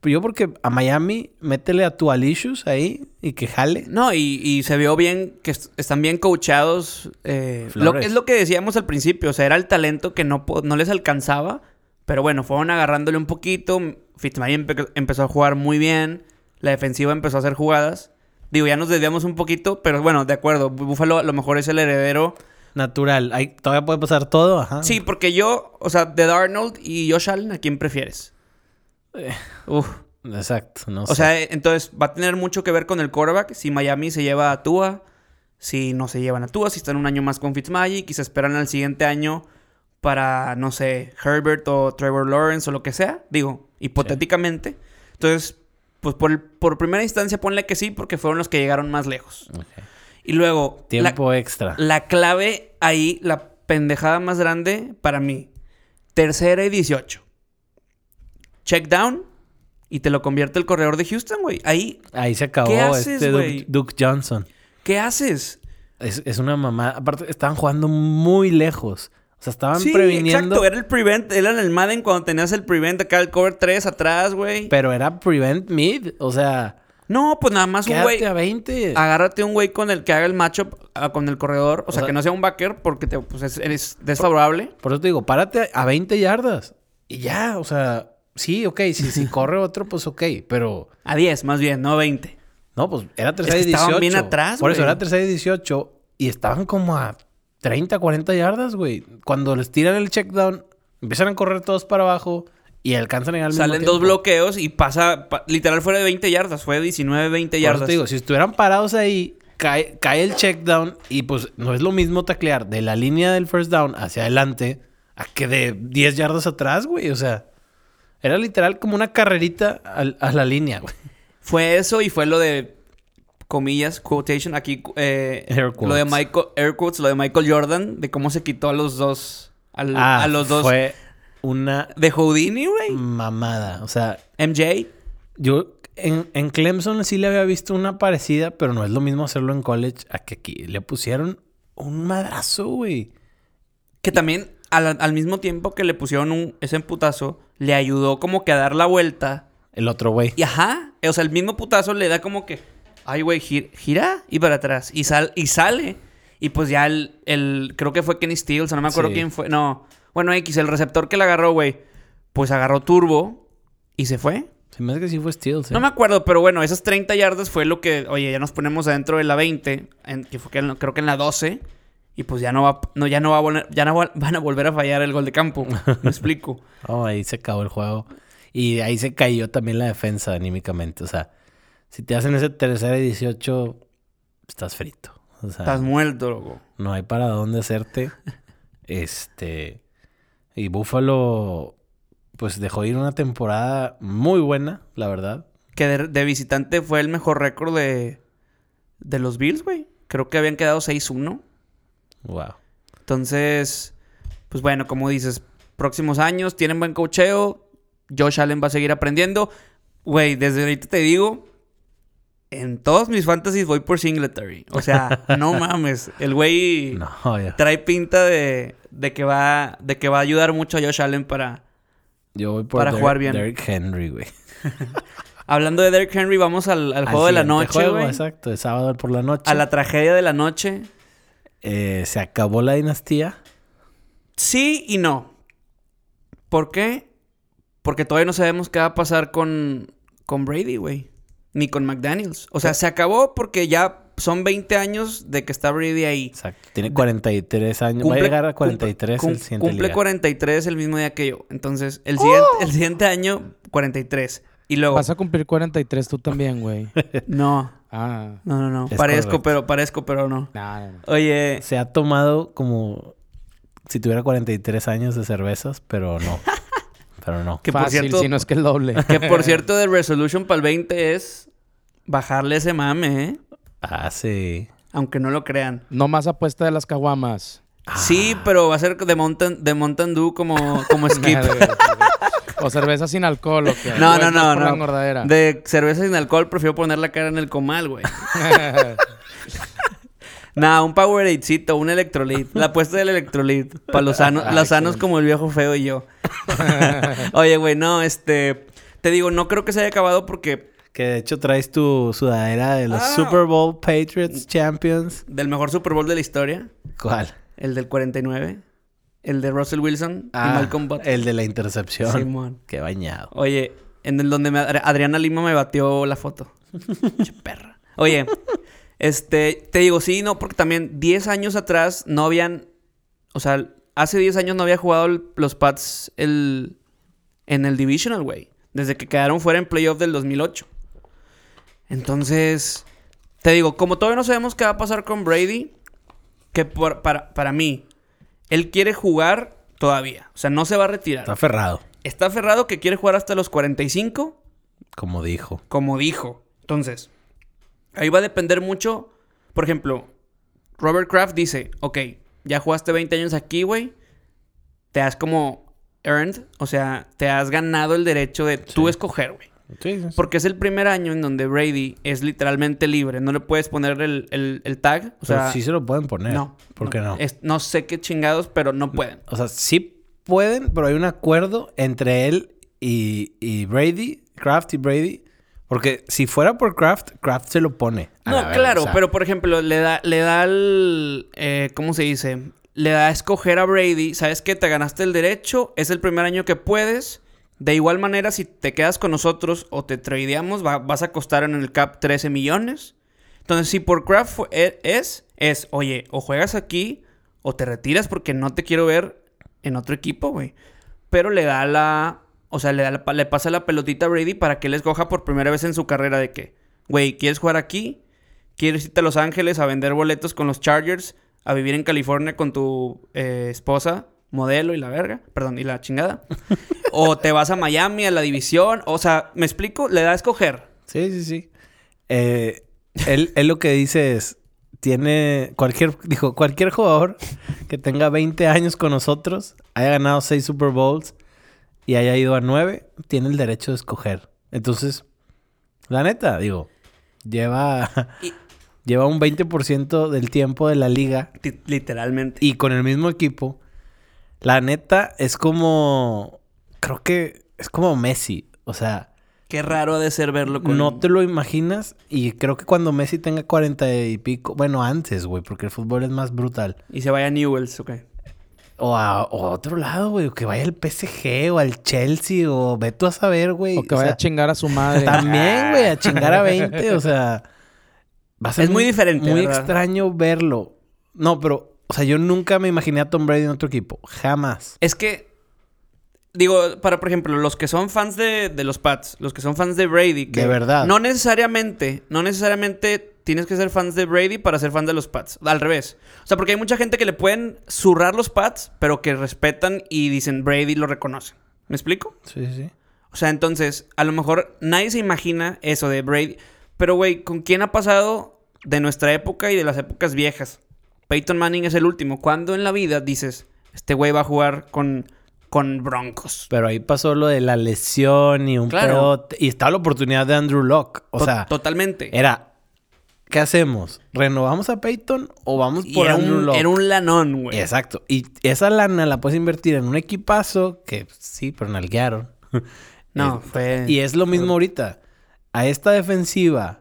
Speaker 2: pues yo porque a Miami, métele a tu Alishus ahí y que jale.
Speaker 1: No, y, y se vio bien que est- están bien coachados. eh,
Speaker 2: Flores.
Speaker 1: lo- es lo que decíamos al principio, o sea, era el talento que no, po- no les alcanzaba, pero bueno, fueron agarrándole un poquito. Fitzmagic empe- empezó a jugar muy bien, la defensiva empezó a hacer jugadas. Digo, ya nos desviamos un poquito, pero bueno, de acuerdo, Buffalo a lo mejor es el heredero.
Speaker 2: Natural. Ahí todavía puede pasar todo, ajá.
Speaker 1: Sí, porque yo, o sea, de Darnold y Josh Allen, ¿a quién prefieres? Uf.
Speaker 2: Exacto, no
Speaker 1: O
Speaker 2: sé.
Speaker 1: sea, eh, entonces va a tener mucho que ver con el quarterback. Si Miami se lleva a Tua, si no se llevan a Tua, si están un año más con Fitzmagic y se esperan al siguiente año para, no sé, Herbert o Trevor Lawrence o lo que sea, digo, hipotéticamente. Entonces, pues por, el- por primera instancia ponle que sí porque fueron los que llegaron más lejos.
Speaker 2: Ok.
Speaker 1: Y luego, la-
Speaker 2: Tiempo extra.
Speaker 1: la clave ahí, la pendejada más grande para mí. Tercera y 18. Check down y te lo convierte el corredor de Houston, güey. Ahí,
Speaker 2: Ahí se acabó
Speaker 1: ¿Qué haces,
Speaker 2: este Duke,
Speaker 1: güey?
Speaker 2: Duke Johnson.
Speaker 1: ¿qué haces?
Speaker 2: Es, es una mamá. Aparte, estaban jugando muy lejos. O sea, estaban
Speaker 1: Sí,
Speaker 2: previniendo.
Speaker 1: exacto. Era el prevent. Era en el Madden cuando tenías el prevent acá, el cover 3 atrás, güey.
Speaker 2: Pero era prevent mid. O sea,
Speaker 1: No, pues nada más un
Speaker 2: quédate
Speaker 1: güey. Ah.
Speaker 2: a 20.
Speaker 1: Agárrate un güey con el que haga el matchup ah, con el corredor. O, sea,
Speaker 2: sea-
Speaker 1: que no sea un backer porque te, pues, es- eres desfavorable.
Speaker 2: Por eso te digo, párate a 20 yardas. Y ya, o sea, sí, ok. Si, si corre otro, pues ok. Pero
Speaker 1: A 10, más bien, no 20.
Speaker 2: no, pues era 3 y
Speaker 1: que
Speaker 2: 18.
Speaker 1: estaban bien atrás,
Speaker 2: Por eso
Speaker 1: güey.
Speaker 2: era 3 y 18. Y estaban como a 30, 40 yardas, güey. Cuando les tiran el check down, empiezan a correr todos para abajo y alcanzan a llegar al mismo
Speaker 1: Salen dos
Speaker 2: tiempo.
Speaker 1: bloqueos y pasa, pa- literal, fuera de 20 yardas. Fue 19, 20
Speaker 2: Por eso
Speaker 1: yardas.
Speaker 2: te digo, si estuvieran parados ahí, cae, cae el check down y pues no es lo mismo taclear de la línea del first down hacia adelante a que de 10 yardas atrás, güey. O sea, era literal como una carrerita al- a, la línea, güey.
Speaker 1: Fue eso y fue lo de comillas, quotation, aquí eh,
Speaker 2: Air
Speaker 1: lo de
Speaker 2: quotes.
Speaker 1: Michael, air quotes, lo de Michael Jordan, de cómo se quitó a los dos, al- a los dos
Speaker 2: Ah, Fue una
Speaker 1: de Houdini, güey.
Speaker 2: mamada. O sea,
Speaker 1: MJ.
Speaker 2: yo en, en Clemson sí le había visto una parecida, pero no es lo mismo hacerlo en college a que aquí le pusieron un madrazo, güey.
Speaker 1: Que también, al, al mismo tiempo que le pusieron un, ese putazo, le ayudó como que a dar la vuelta.
Speaker 2: El otro güey.
Speaker 1: Y ajá, eh, o sea, el mismo putazo le da como que, ay, güey, gi- gira y para atrás. Y, sal, y sale. Y pues ya el, el- creo que fue Kenny Steele, o sea, no me acuerdo
Speaker 2: Sí.
Speaker 1: quién fue. No, bueno, X, el receptor que la agarró, güey, pues agarró turbo y se fue.
Speaker 2: Se me hace que sí fue Steele, sí.
Speaker 1: No me acuerdo, pero bueno, esas 30 yardas fue lo que, oye, ya nos ponemos adentro de la 20, en- que fue que en la- creo que en la 12, y pues ya no va, no, ya no va a volver, ya no va- van a volver a fallar el gol de campo. Me explico.
Speaker 2: Oh, ahí se acabó el juego. Y ahí se cayó también la defensa anímicamente. O sea, si te hacen ese tercera y 18, estás frito. O sea,
Speaker 1: Estás muerto, loco.
Speaker 2: no hay para dónde hacerte. Este. Y Buffalo, pues dejó ir una temporada muy buena, la verdad.
Speaker 1: Que de, de visitante fue el mejor récord de, de los Bills, güey. Creo que habían quedado 6-1.
Speaker 2: Wow.
Speaker 1: Entonces, pues bueno, como dices, próximos años tienen buen cocheo. Josh Allen va a seguir aprendiendo. Güey, desde ahorita te digo, en todos mis fantasies voy por Singletary. O sea, no mames. El güey
Speaker 2: No, yo,
Speaker 1: trae pinta de, de, que va, de que va a ayudar mucho a Josh Allen para...
Speaker 2: yo voy por
Speaker 1: Para
Speaker 2: Derrick-
Speaker 1: jugar bien.
Speaker 2: Derrick Henry, güey.
Speaker 1: Hablando de Derrick Henry, vamos al, al
Speaker 2: Al
Speaker 1: juego de la
Speaker 2: siguiente
Speaker 1: noche,
Speaker 2: juego,
Speaker 1: güey.
Speaker 2: Exacto, de sábado por la noche.
Speaker 1: A la tragedia de la noche.
Speaker 2: Eh, se acabó la dinastía.
Speaker 1: Sí y no. ¿Por qué? Porque todavía no sabemos qué va a pasar con, con Brady, güey. Ni con McDaniels. O sea, se acabó porque ya son 20 años de que está Brady ahí.
Speaker 2: Exacto. Tiene 43 años. Va a llegar a 43
Speaker 1: cumple,
Speaker 2: el
Speaker 1: cum-
Speaker 2: siguiente
Speaker 1: Cumple
Speaker 2: liga.
Speaker 1: 43 el mismo día que yo. Entonces, el siguiente, el siguiente año, 43. Y luego,
Speaker 3: Vas a cumplir 43 tú también, güey.
Speaker 1: no,
Speaker 3: Ah.
Speaker 1: no, no, no.
Speaker 2: Es
Speaker 1: Parezco,
Speaker 2: correcto.
Speaker 1: pero parezco, pero no.
Speaker 3: No, no, no.
Speaker 1: Oye,
Speaker 2: Se ha tomado como si tuviera 43 años de cervezas, pero no. pero no.
Speaker 1: que por
Speaker 3: Fácil,
Speaker 1: cierto,
Speaker 3: si no es que el doble.
Speaker 1: que por cierto, de Resolution para el 20 es bajarle ese mame, ¿eh?
Speaker 2: Ah, sí.
Speaker 1: Aunque no lo crean.
Speaker 3: No más apuesta de las caguamas.
Speaker 1: Sí, pero va a ser de Mountain, de Mountain Dew como, como skip.
Speaker 3: o cerveza sin alcohol, o qué.
Speaker 1: no,
Speaker 3: Güey,
Speaker 1: no,
Speaker 3: más
Speaker 1: no,
Speaker 3: por La
Speaker 1: no.
Speaker 3: engordadera.
Speaker 1: De cerveza sin alcohol prefiero poner la cara en el comal, güey. Nah, un Poweradecito, un Electrolit. La apuesta del Electrolit. Para los, sano- los sanos como el viejo feo y yo. Oye, güey, no, este... Te digo, no creo que se haya acabado porque...
Speaker 2: Que de hecho traes tu sudadera de los
Speaker 1: Ah.
Speaker 2: Super Bowl Patriots Champions.
Speaker 1: Del mejor Super Bowl de la historia.
Speaker 2: ¿Cuál?
Speaker 1: El del 49. El de Russell Wilson y
Speaker 2: Ah,
Speaker 1: Malcolm Butler.
Speaker 2: el de la intercepción.
Speaker 1: Simón.
Speaker 2: Qué bañado.
Speaker 1: Oye, en el donde me- Adriana Lima me batió la foto. Che perra. Oye, este, te digo, sí, no, porque también 10 años atrás no habían. O sea, hace 10 años no había jugado el- los Pats el, en el Divisional, güey. Desde que quedaron fuera en playoff del 2008. Entonces, te digo, como todavía no sabemos qué va a pasar con Brady, que por- para, para mí, él quiere jugar todavía. O sea, no se va a retirar.
Speaker 2: Está aferrado,
Speaker 1: Está aferrado que quiere jugar hasta los 45,
Speaker 2: como dijo.
Speaker 1: como dijo. Entonces, ahí va a depender mucho. Por ejemplo, Robert Kraft dice, ok, ya jugaste 20 años aquí, güey. Te has como earned, o sea, te has ganado el derecho de tú escoger, güey. Porque es el primer año en donde Brady es literalmente libre. No le puedes poner el, el- el tag. O
Speaker 2: Pero
Speaker 1: sea,
Speaker 2: sí se lo pueden poner.
Speaker 1: no.
Speaker 2: ¿Por qué no?
Speaker 1: Es- no sé qué chingados, pero no pueden.
Speaker 2: O sea, sí pueden, pero hay un acuerdo entre él y, y Brady, Kraft y Brady. Porque si fuera por Kraft, Kraft se lo pone. Ah, a
Speaker 1: No,
Speaker 2: la verga,
Speaker 1: claro,
Speaker 2: o sea,
Speaker 1: pero por ejemplo, le da, le da el. eh, ¿Cómo se dice? Le da a escoger a Brady. ¿Sabes qué? Te ganaste el derecho. Es el primer año que puedes. De igual manera, si te quedas con nosotros o te tradeamos, va- vas a costar en el cap 13 millones. Entonces, si por Kraft fue- e- es, es, oye, o juegas aquí o te retiras porque no te quiero ver en otro equipo, güey. Pero le da la. O sea, le, da la- le pasa la pelotita a Brady para que él escoja por primera vez en su carrera de que, güey, ¿quieres jugar aquí? ¿Quieres irte a Los Ángeles a vender boletos con los Chargers? ¿A vivir en California con tu eh, esposa, modelo y la verga? Perdón, y la chingada. ¿O te vas a Miami, a la división? O sea, ¿me explico? Le da a escoger.
Speaker 2: Sí, sí, sí. Eh, él, él lo que dice es, tiene cualquier, dijo, cualquier jugador que tenga 20 años con nosotros, haya ganado 6 Super Bowls y haya ido a 9, tiene el derecho de escoger. Entonces, la neta, digo, lleva
Speaker 1: Y-
Speaker 2: Lleva un 20% del tiempo de la liga
Speaker 1: Ti- Literalmente.
Speaker 2: y con el mismo equipo. La neta es como. Creo que es como Messi. O sea,
Speaker 1: Qué raro ha de ser verlo con...
Speaker 2: no te lo imaginas. Y creo que cuando Messi tenga 40 y pico. Bueno, antes, güey, porque el fútbol es más brutal.
Speaker 1: Y se vaya a Newells, ok.
Speaker 2: O a, o a otro lado, güey. o Que vaya al PSG o al Chelsea o ve tú a saber, güey.
Speaker 3: O que
Speaker 2: O
Speaker 3: vaya
Speaker 2: sea,
Speaker 3: a chingar a su madre.
Speaker 2: También, güey, a chingar a 20, o sea. Va a
Speaker 1: Es muy diferente,
Speaker 2: Muy
Speaker 1: ¿verdad?
Speaker 2: extraño verlo. No, pero, o sea, yo nunca me imaginé a Tom Brady en otro equipo. Jamás.
Speaker 1: Es que, digo, para por ejemplo, los que son fans de, de los Pats, los que son fans de Brady, que
Speaker 2: De verdad.
Speaker 1: No necesariamente, no necesariamente tienes que ser fans de Brady para ser fan de los Pats. Al revés. O sea, porque hay mucha gente que le pueden zurrar los Pats, pero que respetan y dicen Brady lo reconocen. ¿Me explico?
Speaker 2: Sí, sí, sí.
Speaker 1: O sea, entonces, a lo mejor nadie se imagina eso de Brady. Pero, güey, ¿con quién ha pasado de nuestra época y de las épocas viejas? Peyton Manning es el último. ¿Cuándo en la vida dices, este güey va a jugar con, con Broncos?
Speaker 2: Pero ahí pasó lo de la lesión y un
Speaker 1: Claro.
Speaker 2: pedote. Y estaba la oportunidad de Andrew Locke. O
Speaker 1: To-
Speaker 2: sea,
Speaker 1: totalmente.
Speaker 2: era. ¿Qué hacemos? ¿Renovamos a Peyton o vamos
Speaker 1: Y
Speaker 2: por
Speaker 1: era,
Speaker 2: Andrew
Speaker 1: un,
Speaker 2: Locke?
Speaker 1: era un lanón, güey.
Speaker 2: Exacto. Y esa lana la puedes invertir en un equipazo que sí, pero nalguearon.
Speaker 1: No, fue...
Speaker 2: Y es lo mismo ahorita. A esta defensiva,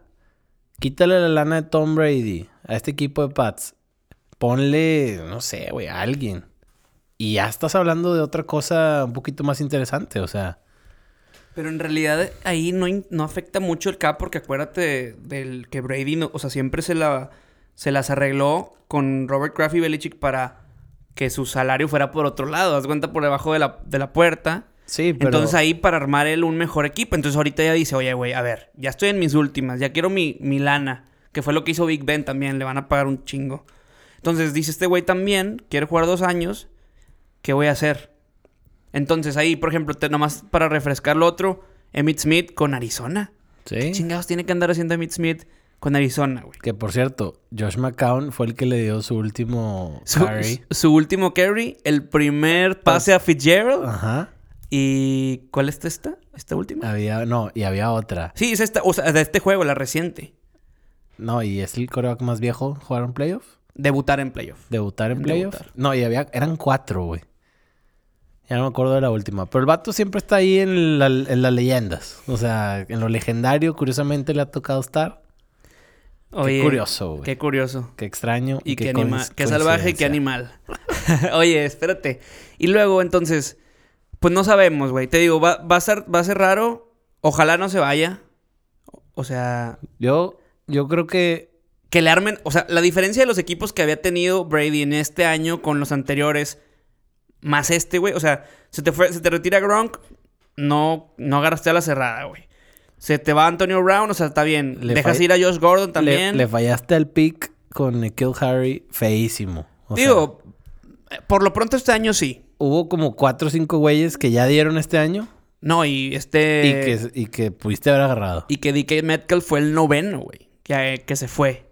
Speaker 2: quítale la lana de Tom Brady, a este equipo de Pats. Ponle, no sé, güey, a alguien. Y ya estás hablando de otra cosa un poquito más interesante, o sea.
Speaker 1: Pero en realidad ahí no, in- no afecta mucho el cap porque acuérdate del que Brady, no- o sea, siempre se, la, se las arregló con Robert Kraft y Belichick para que su salario fuera por otro lado, haz cuenta por debajo de la, de la puerta.
Speaker 2: Sí, pero.
Speaker 1: Entonces ahí para armar él un mejor equipo. Entonces ahorita ya dice, oye, güey, a ver, ya estoy en mis últimas, ya quiero mi, mi lana, que fue lo que hizo Big Ben también, le van a pagar un chingo. Entonces dice este güey también, quiere jugar dos años, ¿qué voy a hacer? Entonces ahí, por ejemplo, te- nomás para refrescar lo otro, Emmitt Smith con Arizona. ¿Qué
Speaker 2: sí.
Speaker 1: chingados tiene que andar haciendo Emmitt Smith con Arizona, güey?
Speaker 2: Que por cierto, Josh McCown fue el que le dio su último
Speaker 1: Su,
Speaker 2: carry.
Speaker 1: su último carry, el primer pase a Fitzgerald.
Speaker 2: Ajá.
Speaker 1: ¿Y cuál es esta? ¿Esta última?
Speaker 2: Había, no, y había otra.
Speaker 1: Sí, es esta, o sea, de este juego, la reciente.
Speaker 2: No, y es el coreback más viejo jugar en playoff.
Speaker 1: Debutar en playoff.
Speaker 2: Debutar en playoff.
Speaker 1: Debutar.
Speaker 2: No, y había, eran cuatro, güey. Ya no me acuerdo de la última. Pero el vato siempre está ahí en, la- en las leyendas. O sea, en lo legendario, curiosamente le ha tocado estar.
Speaker 1: Oye,
Speaker 2: curioso, güey.
Speaker 1: Qué curioso.
Speaker 2: Qué extraño.
Speaker 1: Y qué,
Speaker 2: coinc-
Speaker 1: anima- qué salvaje y qué
Speaker 2: coincidencia.
Speaker 1: animal. Oye, espérate. Y luego, entonces, pues no sabemos, güey. Te digo, va, va, a ser, va a ser raro. Ojalá no se vaya. O sea,
Speaker 2: Yo, yo creo que.
Speaker 1: que le armen. O sea, la diferencia de los equipos que había tenido Brady en este año con los anteriores, más este, güey. O sea, se te, fue, se te retira Gronk, no, no agarraste a la cerrada, güey. Se te va Antonio Brown, o sea, está bien.
Speaker 2: Le
Speaker 1: Dejas
Speaker 2: fall-
Speaker 1: ir a Josh Gordon también.
Speaker 2: Le, le fallaste al pick con Nikhil Harry feísimo. O sea,
Speaker 1: Digo, eh, por lo pronto este año sí.
Speaker 2: hubo como cuatro o cinco güeyes que ya dieron este año
Speaker 1: No, y este.
Speaker 2: y, que, y que pudiste haber agarrado.
Speaker 1: Y que DK Metcalf fue el noveno, güey. Que, eh, que se fue.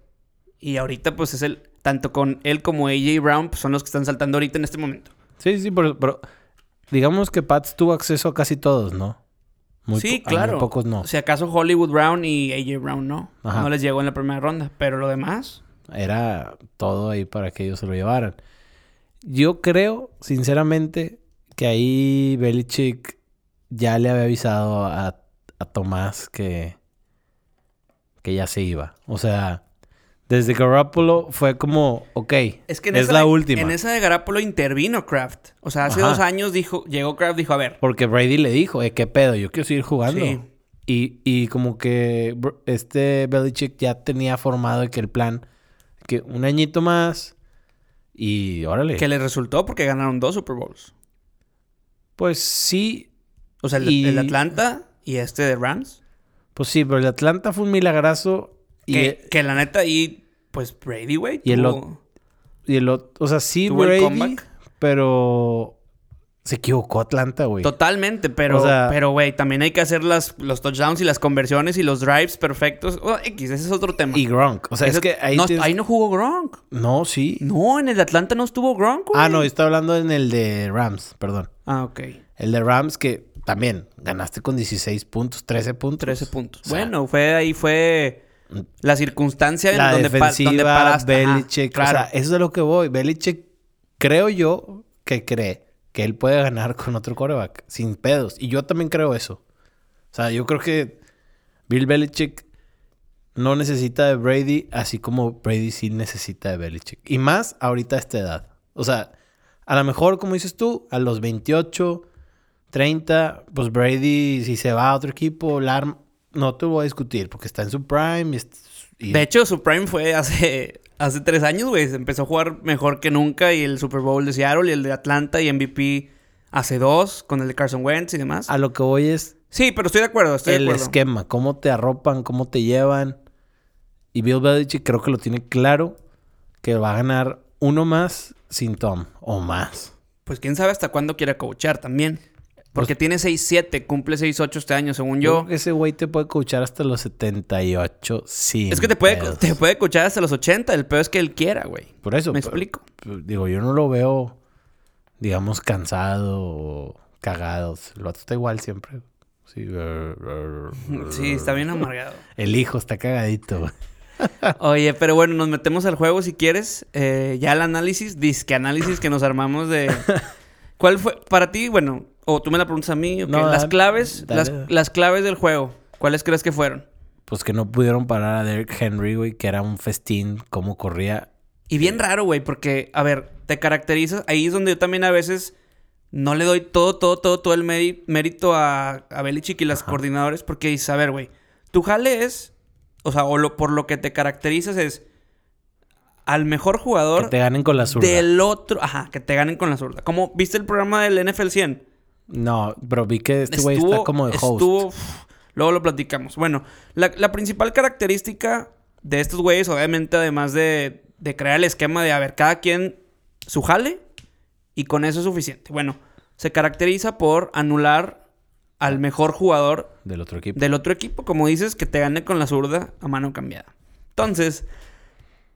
Speaker 1: Y ahorita, pues es el. Tanto con él como AJ Brown pues, son los que están saltando ahorita en este momento.
Speaker 2: Sí, sí, pero, pero digamos que Pats tuvo acceso a casi todos, ¿no? Muy
Speaker 1: sí,
Speaker 2: po- a muy
Speaker 1: claro.
Speaker 2: pocos no.
Speaker 1: Si acaso Hollywood Brown y AJ Brown no.
Speaker 2: Ajá.
Speaker 1: No les llegó en la primera ronda. Pero lo demás.
Speaker 2: Era todo ahí para que ellos se lo llevaran. Yo creo, sinceramente, que ahí Belichick ya le había avisado a, a Tomás que, que ya se iba. O sea, desde Garoppolo fue como, ok, es,
Speaker 1: Es que en esa
Speaker 2: la
Speaker 1: de-
Speaker 2: última.
Speaker 1: En esa de Garapolo intervino Kraft. O sea, hace
Speaker 2: Ajá.
Speaker 1: dos años dijo, llegó Kraft dijo, a ver.
Speaker 2: Porque Brady le dijo, eh, qué pedo, yo quiero seguir jugando.
Speaker 1: Sí.
Speaker 2: Y, y como que Br- este Belichick ya tenía formado de que el plan, que un añito más y órale.
Speaker 1: Que le resultó porque ganaron dos Super Bowls.
Speaker 2: Pues sí,
Speaker 1: O sea, el, de-
Speaker 2: Y-
Speaker 1: el de Atlanta y este de Rams.
Speaker 2: pues sí, pero el Atlanta fue un milagrazo. Y,
Speaker 1: que, que la neta ahí, pues Brady, güey.
Speaker 2: Y el
Speaker 1: tuvo-
Speaker 2: ot- y el otro, o sea, sí
Speaker 1: Tuvo el
Speaker 2: Brady,
Speaker 1: comeback.
Speaker 2: pero se equivocó Atlanta, güey.
Speaker 1: Totalmente, pero,
Speaker 2: O sea-
Speaker 1: pero güey, también hay que hacer las, los touchdowns y las conversiones y los drives perfectos. Oh, X, ese es otro tema.
Speaker 2: Y Gronk. O sea,
Speaker 1: Eso-
Speaker 2: es que ahí...
Speaker 1: no,
Speaker 2: tienes-
Speaker 1: ahí no jugó Gronk.
Speaker 2: No, sí.
Speaker 1: No, en el de Atlanta no estuvo Gronk, güey.
Speaker 2: Ah, no, está hablando en el de Rams, perdón.
Speaker 1: Ah, ok.
Speaker 2: El de Rams que también ganaste con 16 puntos, 13 puntos.
Speaker 1: 13 puntos.
Speaker 2: O sea,
Speaker 1: bueno, fue ahí, fue La circunstancia en
Speaker 2: la
Speaker 1: donde, pa-
Speaker 2: defensiva,
Speaker 1: donde paraste. ajá,
Speaker 2: Belichick.
Speaker 1: claro.
Speaker 2: O sea, eso es de lo que voy. Belichick, creo yo, que cree que él puede ganar con otro coreback. Sin pedos. Y yo también creo eso. O sea, yo creo que Bill Belichick no necesita de Brady, así como Brady sí necesita de Belichick. Y más ahorita a esta edad. O sea, a lo mejor, como dices tú, a los 28, 30, pues Brady, si se va a otro equipo, la arma- no te lo voy a discutir porque está en su prime. y est- y-
Speaker 1: De hecho, su prime fue hace, hace tres años, güey. Se Empezó a jugar mejor que nunca y el Super Bowl de Seattle y el de Atlanta y MVP hace dos con el de Carson Wentz y demás.
Speaker 2: a lo que voy es
Speaker 1: Sí, pero estoy de acuerdo, estoy
Speaker 2: Ah. el
Speaker 1: de acuerdo.
Speaker 2: esquema, cómo te arropan, cómo te llevan. Y Bill Belichick creo que lo tiene claro que va a ganar uno más sin Tom o más.
Speaker 1: Pues quién sabe hasta cuándo quiera coachar también. Porque tiene 6-7, cumple 6-8 este año, según
Speaker 2: Pues Yo
Speaker 1: yo.
Speaker 2: creo que ese güey te puede coachar hasta los 78 sin
Speaker 1: es que te puede,
Speaker 2: pedos.
Speaker 1: te puede coachar hasta los 80, el peor es que él quiera, güey.
Speaker 2: Por eso.
Speaker 1: ¿Me
Speaker 2: pero-
Speaker 1: explico?
Speaker 2: pero Digo, yo no lo veo, digamos, cansado o cagado. El vato está igual siempre. Sí,
Speaker 1: Sí, está bien amargado.
Speaker 2: El hijo está cagadito. güey.
Speaker 1: Oye, pero bueno, nos metemos al juego si quieres. Eh, ya el análisis, disque análisis que nos armamos de. ¿Cuál fue para ti? Bueno, o tú me la preguntas a mí. ¿o qué?
Speaker 2: No,
Speaker 1: las
Speaker 2: dale,
Speaker 1: claves,
Speaker 2: dale,
Speaker 1: las,
Speaker 2: dale.
Speaker 1: las claves del juego. ¿Cuáles crees que fueron?
Speaker 2: Pues que no pudieron parar a Derrick Henry, güey, que era un festín, cómo corría.
Speaker 1: Y bien raro, güey, porque, a ver, te caracterizas. Ahí es donde yo también a veces no le doy todo, todo, todo, todo el meri- mérito a, a Belichick y las coordinadores, porque dices, a ver, güey, tu jale es, o sea, o lo, por lo que te caracterizas es al mejor
Speaker 2: Que
Speaker 1: jugador
Speaker 2: te ganen con la zurda.
Speaker 1: del otro. Ajá, que te ganen con la zurda. Como viste el programa del NFL 100.
Speaker 2: No, pero vi que este güey está
Speaker 1: Estuvo-
Speaker 2: como de host.
Speaker 1: estuvo- uf, luego lo platicamos. Bueno, la, la principal característica de estos güeyes, obviamente, además de, de crear el esquema de, a ver, cada quien su jale y con eso es suficiente. Bueno, se caracteriza por anular al mejor jugador
Speaker 2: Del otro equipo.
Speaker 1: del otro equipo, como dices, que te gane con la zurda a mano cambiada. Entonces,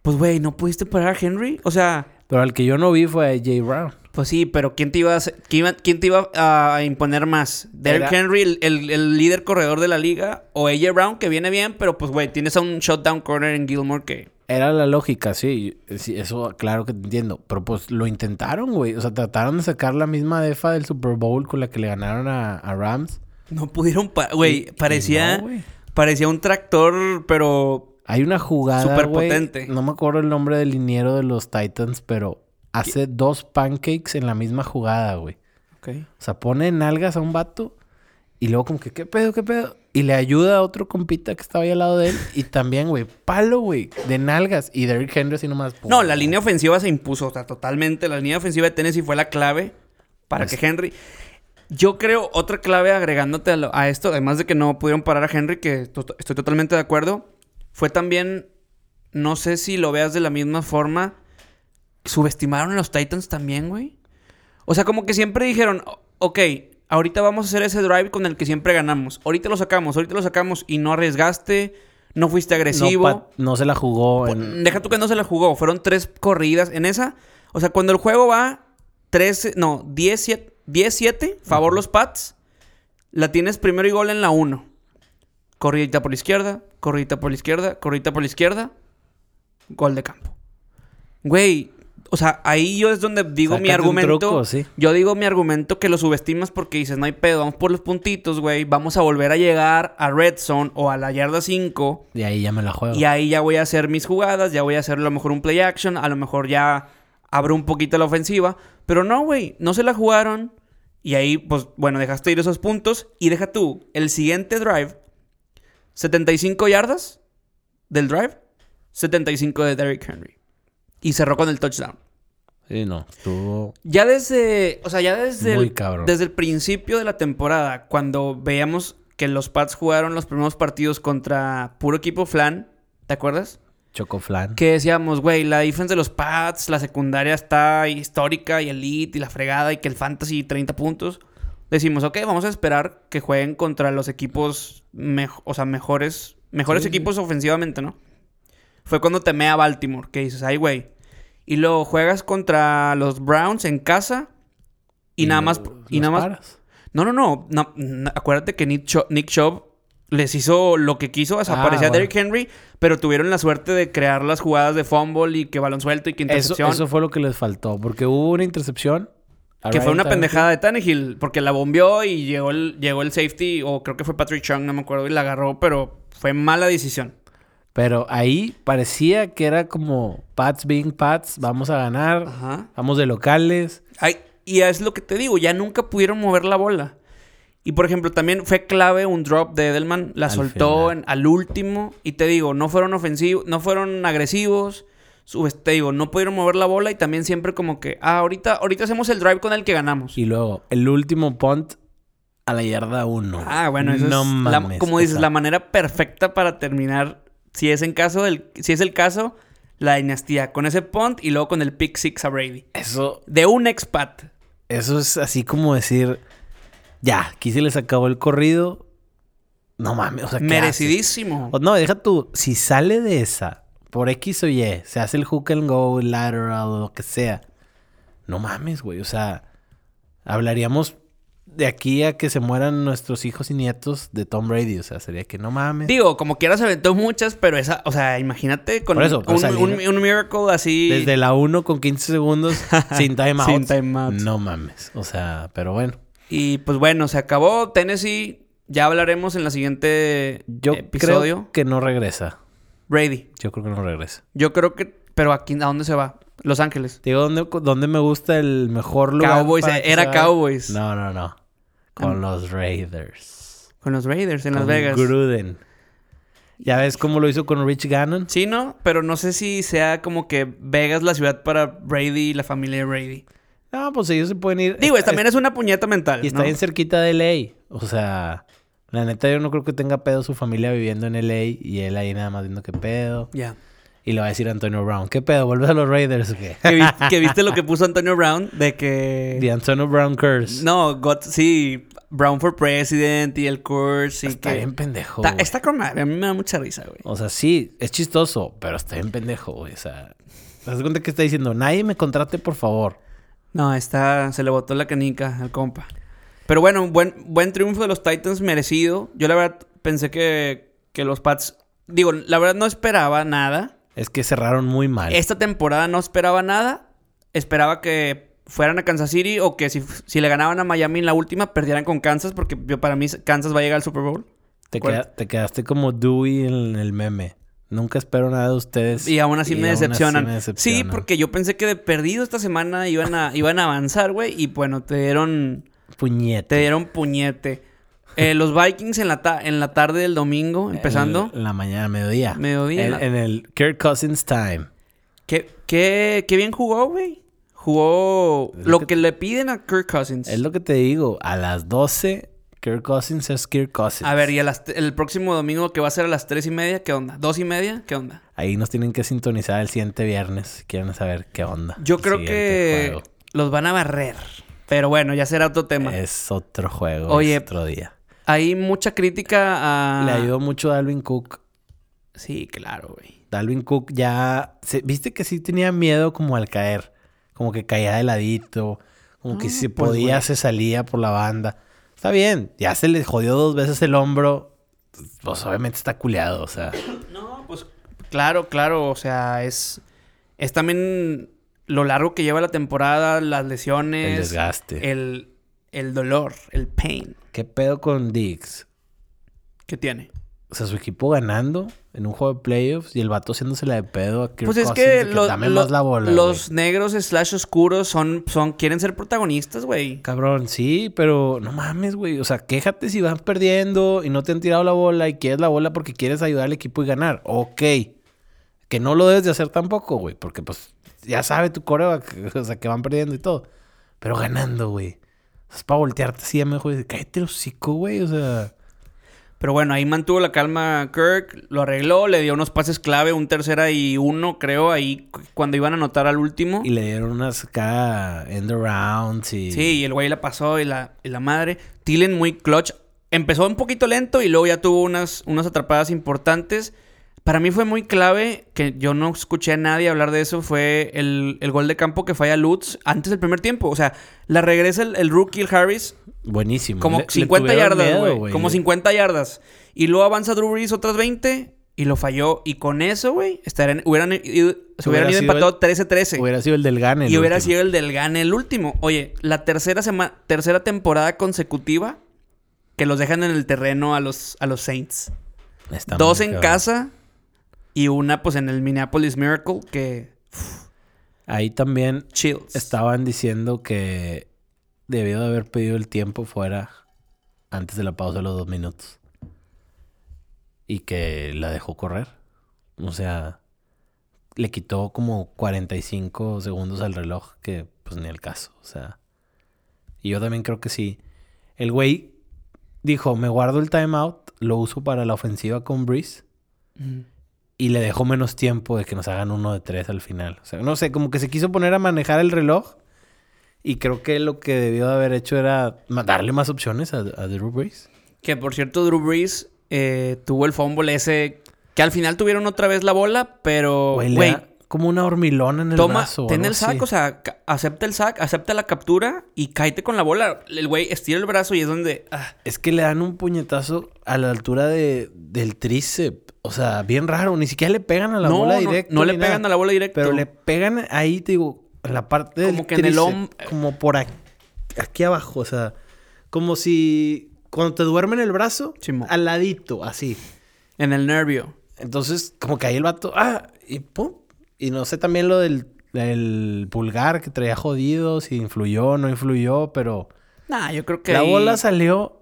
Speaker 1: pues güey, ¿no pudiste parar a Henry? O sea,
Speaker 2: Pero al que yo no vi fue a AJ Brown.
Speaker 1: pues sí, pero ¿quién te iba a, hacer- quién, iba- quién te iba a imponer más? ¿Derrick
Speaker 2: Era-
Speaker 1: Henry, el, el- el líder corredor de la liga? ¿O AJ Brown, que viene bien, pero pues, güey, tienes a un shutdown corner en Gilmore que...
Speaker 2: Era la lógica, sí. sí, Eso, claro que te entiendo. Pero pues lo intentaron, güey. O sea, trataron de sacar la misma defa del Super Bowl con la que le ganaron a, a Rams.
Speaker 1: No pudieron... pa- Güey,
Speaker 2: Y- y
Speaker 1: parecía...
Speaker 2: no, güey.
Speaker 1: parecía un tractor, pero...
Speaker 2: Hay una jugada.
Speaker 1: Superpotente.
Speaker 2: güey, No me acuerdo el nombre del liniero de los Titans, pero hace dos pancakes en la misma jugada, güey. O sea, pone en nalgas a un vato y luego como que, ¿qué pedo, qué pedo? Y le ayuda a otro compita que estaba ahí al lado de él. Y también, güey, palo, güey, de nalgas. Y Derrick Henry así nomás. pum.
Speaker 1: No, la línea ofensiva se impuso, o sea, totalmente. La línea ofensiva de Tennessee fue la clave para
Speaker 2: Pues-
Speaker 1: que Henry... Yo creo otra clave agregándote a, lo- a esto, además de que no pudieron parar a Henry, que to- estoy totalmente de acuerdo, fue también, no sé si lo veas de la misma forma, subestimaron a los Titans también, güey. O sea, como que siempre dijeron, "O- ok, ahorita vamos a hacer ese drive con el que siempre ganamos, ahorita lo sacamos, ahorita lo sacamos y no arriesgaste, no fuiste
Speaker 2: No,
Speaker 1: agresivo.
Speaker 2: pa- no se la jugó. en-
Speaker 1: Deja tú que no se la jugó. Fueron tres corridas. En esa, o sea, cuando el juego va 13, no, 10-7, 10-7, favor los Pats, la tienes primero y gol en la 1. Corridita por la izquierda, corridita por la izquierda, corridita por la izquierda, gol de campo. Güey, o sea, ahí yo es donde digo mi
Speaker 2: Sácate un
Speaker 1: argumento.
Speaker 2: truco, sí.
Speaker 1: Yo digo mi argumento que lo subestimas porque dices, no hay pedo, vamos por los puntitos, güey. Vamos a volver a llegar a Red Zone o a la yarda 5.
Speaker 2: Y ahí ya me la juego.
Speaker 1: Y ahí ya voy a hacer mis jugadas, ya voy a hacer a lo mejor un play action, a lo mejor ya abro un poquito la ofensiva. Pero no, güey, no se la jugaron. Y ahí, pues, bueno, dejaste ir esos puntos. Y deja tú, el siguiente drive, 75 yardas del drive, 75 de Derrick Henry. Y cerró con el touchdown.
Speaker 2: Sí, no. Estuvo...
Speaker 1: Ya desde, o sea, ya desde
Speaker 2: Muy
Speaker 1: el,
Speaker 2: cabrón.
Speaker 1: desde el principio de la temporada, cuando veíamos que los Pats jugaron los primeros partidos contra puro equipo flan, ¿te acuerdas?
Speaker 2: Chocoflan.
Speaker 1: Que decíamos, güey, la defensa de los Pats, la secundaria está histórica y elite y la fregada y que el fantasy 30 puntos. Decimos, ok, vamos a esperar que jueguen contra los equipos, mej- o sea, mejores, mejores
Speaker 2: Sí, sí.
Speaker 1: equipos ofensivamente, ¿no? Fue cuando temé a Baltimore, que dices, ay, güey. Y luego juegas contra los Browns en casa y, nada más... Y
Speaker 2: los
Speaker 1: nada más
Speaker 2: paras.
Speaker 1: no, no, no. No, no, acuérdate que Nick, Cho- Nick Chubb les hizo lo que quiso, desapareció
Speaker 3: Ah,
Speaker 1: a Derrick Henry, pero tuvieron la suerte de crear las jugadas de fumble y que balón suelto y que
Speaker 2: Eso,
Speaker 1: intercepción.
Speaker 2: eso fue lo que les faltó, porque hubo una intercepción. a
Speaker 1: que fue
Speaker 2: Ryan
Speaker 1: una
Speaker 2: Tannehill.
Speaker 1: pendejada de Tannehill, porque la bombeó y llegó el, llegó el safety, o creo que fue Patrick Chung, no me acuerdo, y la agarró, pero fue mala decisión.
Speaker 2: Pero ahí parecía que era como Pats being Pats, vamos a ganar,
Speaker 1: Ajá.
Speaker 2: vamos de locales.
Speaker 1: Ay, y es lo que te digo, ya nunca pudieron mover la bola. Y por ejemplo, también fue clave un drop de Edelman, la
Speaker 2: Al
Speaker 1: soltó
Speaker 2: final.
Speaker 1: en- al último y te digo, no fueron ofensivos, no fueron agresivos. su- pues, Te digo, no pudieron mover la bola y también siempre como que, ah, ahorita, ahorita hacemos el drive con el que ganamos.
Speaker 2: Y luego, el último punt a la yarda 1.
Speaker 1: Ah, bueno, eso es la- como dices, la manera perfecta para terminar si es en caso del si es el caso la dinastía con ese punt y luego con el pick six a Brady.
Speaker 2: Eso,
Speaker 1: De un expat.
Speaker 2: eso es así como decir, ya, aquí se les acabó el corrido. No mames, o sea, ¿qué haces?
Speaker 1: Merecidísimo.
Speaker 2: O No, deja tú, si sale de esa, por X o Y, se hace el hook and go, el lateral, lo que sea. No mames, güey. O sea, hablaríamos de aquí a que se mueran nuestros hijos y nietos de Tom Brady. O sea, sería que no mames.
Speaker 1: Digo, como quiera se aventó muchas, pero esa, o sea, imagínate con
Speaker 2: Por eso, pero
Speaker 1: un,
Speaker 2: salir-
Speaker 1: un- un miracle así.
Speaker 2: Desde la 1 con 15 segundos, sin timeouts.
Speaker 1: Sin timeouts.
Speaker 2: No mames. O sea, pero bueno.
Speaker 1: Y pues bueno, se acabó Tennessee. Ya hablaremos en la siguiente
Speaker 2: Yo
Speaker 1: episodio.
Speaker 2: creo que no regresa.
Speaker 1: Brady.
Speaker 2: Yo creo que no regresa.
Speaker 1: Yo creo que. Pero aquí, ¿a dónde se va? Los Ángeles.
Speaker 2: Digo, ¿dónde, dónde me gusta el mejor lugar?
Speaker 1: Cowboys, eh,
Speaker 2: para que
Speaker 1: era
Speaker 2: se vaya?
Speaker 1: Cowboys.
Speaker 2: No, no, no. Con los Raiders.
Speaker 1: Con los Raiders en Las
Speaker 2: con
Speaker 1: Vegas.
Speaker 2: Gruden. Ya ves cómo lo hizo con Rich Gannon.
Speaker 1: Sí, ¿no? Pero no sé si sea como que Vegas la ciudad para Brady y la familia de Brady.
Speaker 2: No, pues ellos se pueden ir.
Speaker 1: Digo,
Speaker 2: Está-
Speaker 1: también es una puñeta mental.
Speaker 2: Y está
Speaker 1: ¿no?
Speaker 2: bien cerquita de LA. O sea, la neta yo no creo que tenga pedo su familia viviendo en LA y él ahí nada más viendo qué pedo.
Speaker 1: Ya.
Speaker 2: Y le va a decir a Antonio Brown, ¿qué pedo? ¿Vuelves a los Raiders o qué?
Speaker 1: Que, vi- que viste lo que puso Antonio Brown de que.
Speaker 2: The Antonio Brown curse.
Speaker 1: No, got, sí, Brown for President y el curse y
Speaker 2: está
Speaker 1: que-
Speaker 2: bien pendejo.
Speaker 1: Está,
Speaker 2: güey.
Speaker 1: está con madre, a mí me da mucha risa, güey.
Speaker 2: O sea, sí, es chistoso, pero está bien pendejo, güey. O sea, ¿te das cuenta que está diciendo? Nadie me contrate, por favor.
Speaker 1: No, está, se le botó la canica al compa. Pero bueno, buen, buen triunfo de los Titans merecido. Yo la verdad pensé que, que los Pats, digo, la verdad no esperaba nada.
Speaker 2: Es que cerraron muy mal.
Speaker 1: Esta temporada no esperaba nada. Esperaba que fueran a Kansas City o que si, si le ganaban a Miami en la última, perdieran con Kansas, porque yo, para mí Kansas va a llegar al Super Bowl.
Speaker 2: Te,
Speaker 1: Cuenta.
Speaker 2: queda- te quedaste como Dewey en el meme. Nunca espero nada de ustedes.
Speaker 1: Y aún así, me,
Speaker 2: así
Speaker 1: decepcionan.
Speaker 2: me
Speaker 1: Sí,
Speaker 2: decepcionan.
Speaker 1: porque yo pensé que de perdido esta semana iban a, iban a avanzar, güey. Y bueno, te dieron, te
Speaker 2: Puñete.
Speaker 1: dieron puñete. Eh, los Vikings en la, ta- en la tarde del domingo, empezando.
Speaker 2: En la mañana, mediodía.
Speaker 1: Mediodía.
Speaker 2: En, en el Kirk Cousins time.
Speaker 1: ¿Qué, qué, qué bien jugó, güey. Jugó
Speaker 2: Es
Speaker 1: lo
Speaker 2: que-
Speaker 1: que, le piden a Kirk Cousins.
Speaker 2: Es lo que te digo. A las 12, Kirk Cousins es Kirk Cousins.
Speaker 1: A ver, y a las t- el próximo domingo que va a ser a las tres y media, ¿qué onda? ¿Dos y media? ¿Qué onda?
Speaker 2: Ahí nos tienen que sintonizar el siguiente viernes. si Quieren saber qué onda.
Speaker 1: Yo
Speaker 2: El
Speaker 1: creo
Speaker 2: siguiente
Speaker 1: que
Speaker 2: juego. Eh.
Speaker 1: los van a barrer. Pero bueno, ya será otro tema.
Speaker 2: Es otro juego.
Speaker 1: Oye, ah.
Speaker 2: es otro día.
Speaker 1: Hay mucha crítica a...
Speaker 2: Le ayudó mucho a Dalvin Cook.
Speaker 1: Sí, claro, güey.
Speaker 2: Dalvin Cook ya... se- Viste que sí tenía miedo como al caer. Como que caía de ladito. Como que
Speaker 1: Ah,
Speaker 2: si se
Speaker 1: pues,
Speaker 2: podía
Speaker 1: güey.
Speaker 2: se salía por la banda. Está bien. Ya se le jodió dos veces el hombro. Pues obviamente está culeado, o sea...
Speaker 1: No, pues claro, claro, o sea, es es también lo largo que lleva la temporada, las lesiones,
Speaker 2: El desgaste.
Speaker 1: el el dolor, el pain
Speaker 2: ¿Qué pedo con Diggs?
Speaker 1: que tiene.
Speaker 2: O sea, su equipo ganando en un juego de playoffs y el vato haciéndose la de pedo a Kirk
Speaker 1: Pues es
Speaker 2: Cousins
Speaker 1: que,
Speaker 2: de
Speaker 1: lo-
Speaker 2: dame
Speaker 1: lo-
Speaker 2: más la bola,
Speaker 1: los
Speaker 2: güey".
Speaker 1: negros slash oscuros son son quieren ser protagonistas, güey.
Speaker 2: Cabrón, sí, pero no mames, güey. O sea, quéjate si vas perdiendo y no te han tirado la bola y quieres la bola porque quieres ayudar al equipo y ganar. Ok. Que no lo debes de hacer tampoco, güey. Porque, pues, ya sabe tu coreo, o sea, que van perdiendo y todo. Pero ganando, güey. O sea, Es para voltearte así a mejor y decir, cállate el hocico, güey. O sea,
Speaker 1: Pero bueno, ahí mantuvo la calma Kirk, lo arregló, le dio unos pases clave, un tercera y uno, creo, ahí cu- cuando iban a anotar al último.
Speaker 2: y le dieron unas acá end arounds y...
Speaker 1: Sí, y el güey la pasó y la, y la madre. Tilen muy clutch. Empezó un poquito lento y luego ya tuvo unas, unas atrapadas importantes. Para mí fue muy clave, que yo no escuché a nadie hablar de eso, fue el, el gol de campo que falla Lutz antes del primer tiempo. O sea, la regresa el, el rookie, el Harris,
Speaker 2: Buenísimo.
Speaker 1: como
Speaker 2: Le- le
Speaker 1: 50
Speaker 2: tuvieron
Speaker 1: yardas,
Speaker 2: miedo,
Speaker 1: güey. Como
Speaker 2: Le-
Speaker 1: 50 yardas. Y luego avanza Drew Brees otras 20 y lo falló. Y con eso, güey, estarían, hubieran ido, se
Speaker 2: Hubiera
Speaker 1: hubieran ido
Speaker 2: sido el-
Speaker 1: empatados 13-13.
Speaker 2: Hubiera sido el del gane.
Speaker 1: Y hubiera sido el del gane el último. Oye, la tercera sema- tercera temporada consecutiva que los dejan en el terreno a los, a los Saints. Dos en casa y una pues en el Minneapolis Miracle que
Speaker 2: Ahí también
Speaker 1: chills.
Speaker 2: estaban diciendo que debió de haber pedido el tiempo fuera antes de la pausa de los dos minutos. Y que la dejó correr. O sea, le quitó como 45 segundos al reloj, que pues ni el caso. O sea, y yo también creo que sí. El güey dijo, me guardo el timeout, lo uso para la ofensiva con Breeze.
Speaker 1: Ujú.
Speaker 2: Y le dejó menos tiempo de que nos hagan uno de tres al final. O sea, no sé, como que se quiso poner a manejar el reloj. Y creo que lo que debió de haber hecho era ma- darle más opciones a, a Drew Brees.
Speaker 1: Que por cierto Drew Brees eh, tuvo el fumble ese que al final tuvieron otra vez la bola, pero
Speaker 2: Güey, le
Speaker 1: Oh, güey,
Speaker 2: da como una hormilona en el
Speaker 1: toma,
Speaker 2: brazo. o
Speaker 1: ten
Speaker 2: algo
Speaker 1: el sack,
Speaker 2: así.
Speaker 1: o sea, ca- acepta el sack, acepta la captura y cáete con la bola. El güey estira el brazo y es donde ah,
Speaker 2: Es que le dan un puñetazo a la altura de, del tríceps. O sea, bien raro. Ni siquiera le pegan a la
Speaker 1: no,
Speaker 2: bola
Speaker 1: no,
Speaker 2: directa.
Speaker 1: no, le pegan a la bola directa.
Speaker 2: Pero le pegan ahí, te digo, en la parte del
Speaker 1: Como que en el
Speaker 2: tríceps,
Speaker 1: hom-
Speaker 2: Como por ac- aquí, abajo, o sea, como si cuando te duermen el brazo,
Speaker 1: Simón.
Speaker 2: al ladito, así.
Speaker 1: en el nervio.
Speaker 2: Entonces, como que ahí el vato, ah, y pum. Y no sé también lo del, del pulgar que traía jodido, si influyó, no influyó, pero
Speaker 1: Nah, yo creo que
Speaker 2: la
Speaker 1: ahí-
Speaker 2: bola salió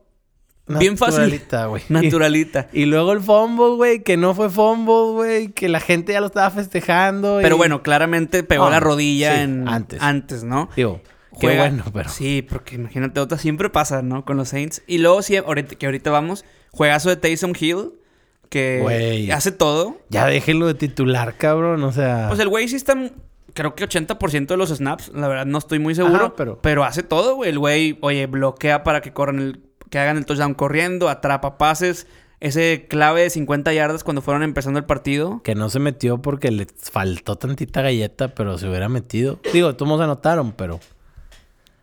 Speaker 1: Bien fácil.
Speaker 2: naturalita, güey.
Speaker 1: naturalita.
Speaker 2: Y luego el fumble, güey, que no fue fumble, güey, que la gente ya lo estaba festejando.
Speaker 1: Pero
Speaker 2: y-
Speaker 1: bueno, claramente pegó
Speaker 2: Ah,
Speaker 1: la rodilla
Speaker 2: sí,
Speaker 1: en
Speaker 2: antes.
Speaker 1: antes, ¿no?
Speaker 2: digo, qué
Speaker 1: Juega-
Speaker 2: bueno, pero.
Speaker 1: Sí, porque imagínate, otra siempre pasa, ¿no? Con los Saints. Y luego, sí, ahorita, que ahorita vamos, juegazo de Taysom Hill, que
Speaker 2: Güey. Ah.
Speaker 1: hace todo.
Speaker 2: Ya déjenlo de titular, cabrón. O sea.
Speaker 1: Pues el güey sí está, creo que 80% de los snaps, la verdad no estoy muy seguro,
Speaker 2: Ajá, pero-
Speaker 1: pero... hace todo, güey. El güey, oye, bloquea para que corran el, que hagan el touchdown corriendo, atrapa pases. Ese clave de 50 yardas cuando fueron empezando el partido.
Speaker 2: Que no se metió porque le faltó tantita galleta, pero se hubiera metido. Digo, todos anotaron, pero.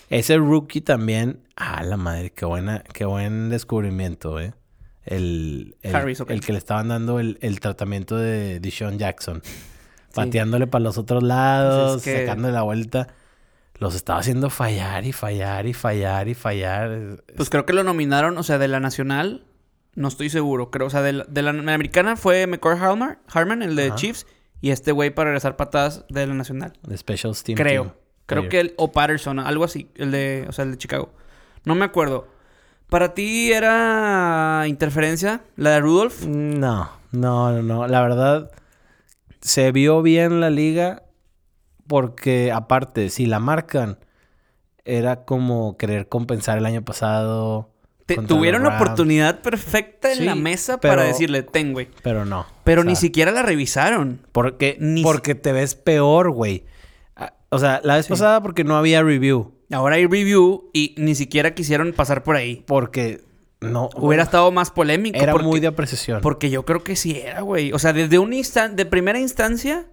Speaker 2: Ese rookie también. Ah, la madre, qué buena, qué buen descubrimiento, eh. El, el,
Speaker 1: Harris, ok.
Speaker 2: el que le estaban dando el, el tratamiento de Deshaun Jackson. Pateándole para los otros lados,
Speaker 1: Pues es que-
Speaker 2: sacándole la vuelta. Los estaba haciendo fallar y fallar y fallar y fallar. eh,
Speaker 1: Pues creo que lo nominaron, o sea, de la nacional, no estoy seguro, creo, o sea, de la, de la americana fue McCord Harmer, Harman, el de
Speaker 2: Ajá.
Speaker 1: Chiefs, y este güey para regresar patadas de la nacional.
Speaker 2: De Special Team.
Speaker 1: creo.
Speaker 2: Team
Speaker 1: Creo
Speaker 2: player.
Speaker 1: que el o Patterson, algo así, el de, o sea, el de Chicago. No me acuerdo. Para ti era interferencia la de Rudolph.
Speaker 2: No, no, no, no. La verdad, se vio bien la liga porque aparte, si la marcan, era como querer compensar el año pasado.
Speaker 1: Te-
Speaker 2: contra
Speaker 1: tuvieron
Speaker 2: los
Speaker 1: la
Speaker 2: Rams,
Speaker 1: oportunidad perfecta en
Speaker 2: Sí,
Speaker 1: la mesa
Speaker 2: pero-
Speaker 1: para decirle, ten, güey.
Speaker 2: Pero no.
Speaker 1: Pero
Speaker 2: o
Speaker 1: ni
Speaker 2: sea,
Speaker 1: siquiera la revisaron.
Speaker 2: Porque,
Speaker 1: ni si-
Speaker 2: porque te ves peor, güey. Ah, O sea, la vez pasada porque no había review.
Speaker 1: Ahora hay review y ni siquiera quisieron pasar por ahí.
Speaker 2: Porque no...
Speaker 1: Hubiera estado más polémico.
Speaker 2: Era
Speaker 1: porque-
Speaker 2: muy de apreciación.
Speaker 1: Porque yo creo que sí era, güey. O sea, desde un instante, de primera instancia,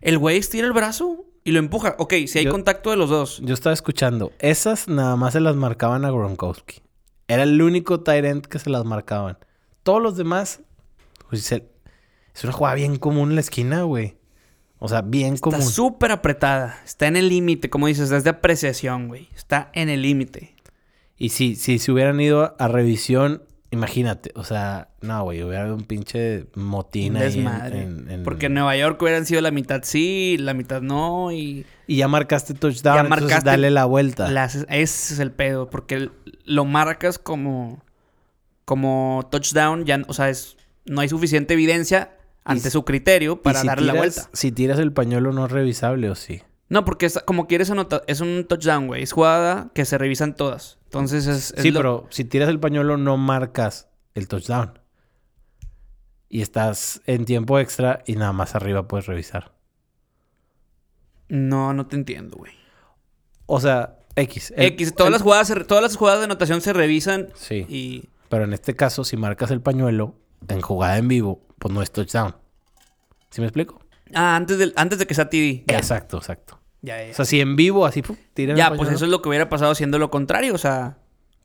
Speaker 1: el güey estira el brazo y lo empuja. Ok, si hay
Speaker 2: Yo-
Speaker 1: contacto de los dos.
Speaker 2: Yo estaba escuchando. Esas nada más se las marcaban a Gronkowski. Era el único Tyrant que se las marcaban. Todos los demás. pues, se- Es una jugada bien común en la esquina, güey. O sea, bien
Speaker 1: Está
Speaker 2: común.
Speaker 1: súper apretada. Está en el límite, como dices, es de apreciación, güey. Está en el límite.
Speaker 2: Y sí, si se hubieran ido a revisión, imagínate. O sea, no, güey. Hubiera habido un pinche motín
Speaker 1: Un
Speaker 2: ahí. en-
Speaker 1: Desmadre.
Speaker 2: en- en-
Speaker 1: Porque en Nueva York hubieran sido la mitad sí, la mitad no. Y
Speaker 2: Y ya marcaste touchdown.
Speaker 1: Ya
Speaker 2: entonces
Speaker 1: marcaste
Speaker 2: dale la vuelta.
Speaker 1: las- ese es el pedo. Porque el- lo marcas como, como touchdown. Ya, o sea, es, no hay suficiente evidencia ante
Speaker 2: si-
Speaker 1: su criterio
Speaker 2: Y
Speaker 1: para
Speaker 2: si
Speaker 1: darle la
Speaker 2: tiras-
Speaker 1: vuelta.
Speaker 2: Si tiras el pañuelo, no es revisable o sí.
Speaker 1: No, porque es- como quieres anotar, es un touchdown, güey. Es jugada que se revisan todas. Entonces es. es
Speaker 2: Sí,
Speaker 1: lo-
Speaker 2: pero si tiras el pañuelo no marcas el touchdown. Y estás en tiempo extra y nada más arriba puedes revisar.
Speaker 1: No, no te entiendo, güey.
Speaker 2: O sea, X. el-
Speaker 1: X, todas
Speaker 2: el-
Speaker 1: las jugadas se re- todas las jugadas de anotación se revisan
Speaker 2: Sí.
Speaker 1: y.
Speaker 2: Pero en este caso, si marcas el pañuelo en jugada en vivo, pues no es touchdown. ¿Sí me explico?
Speaker 1: Ah, antes de, antes de que sea TV. Ya,
Speaker 2: Exacto, exacto.
Speaker 1: ya, ya.
Speaker 2: O sea, si en vivo, así, ¡pum! tiran
Speaker 1: Ya,
Speaker 2: el
Speaker 1: pues
Speaker 2: pañuelo.
Speaker 1: eso es lo que hubiera pasado haciendo lo contrario. O sea,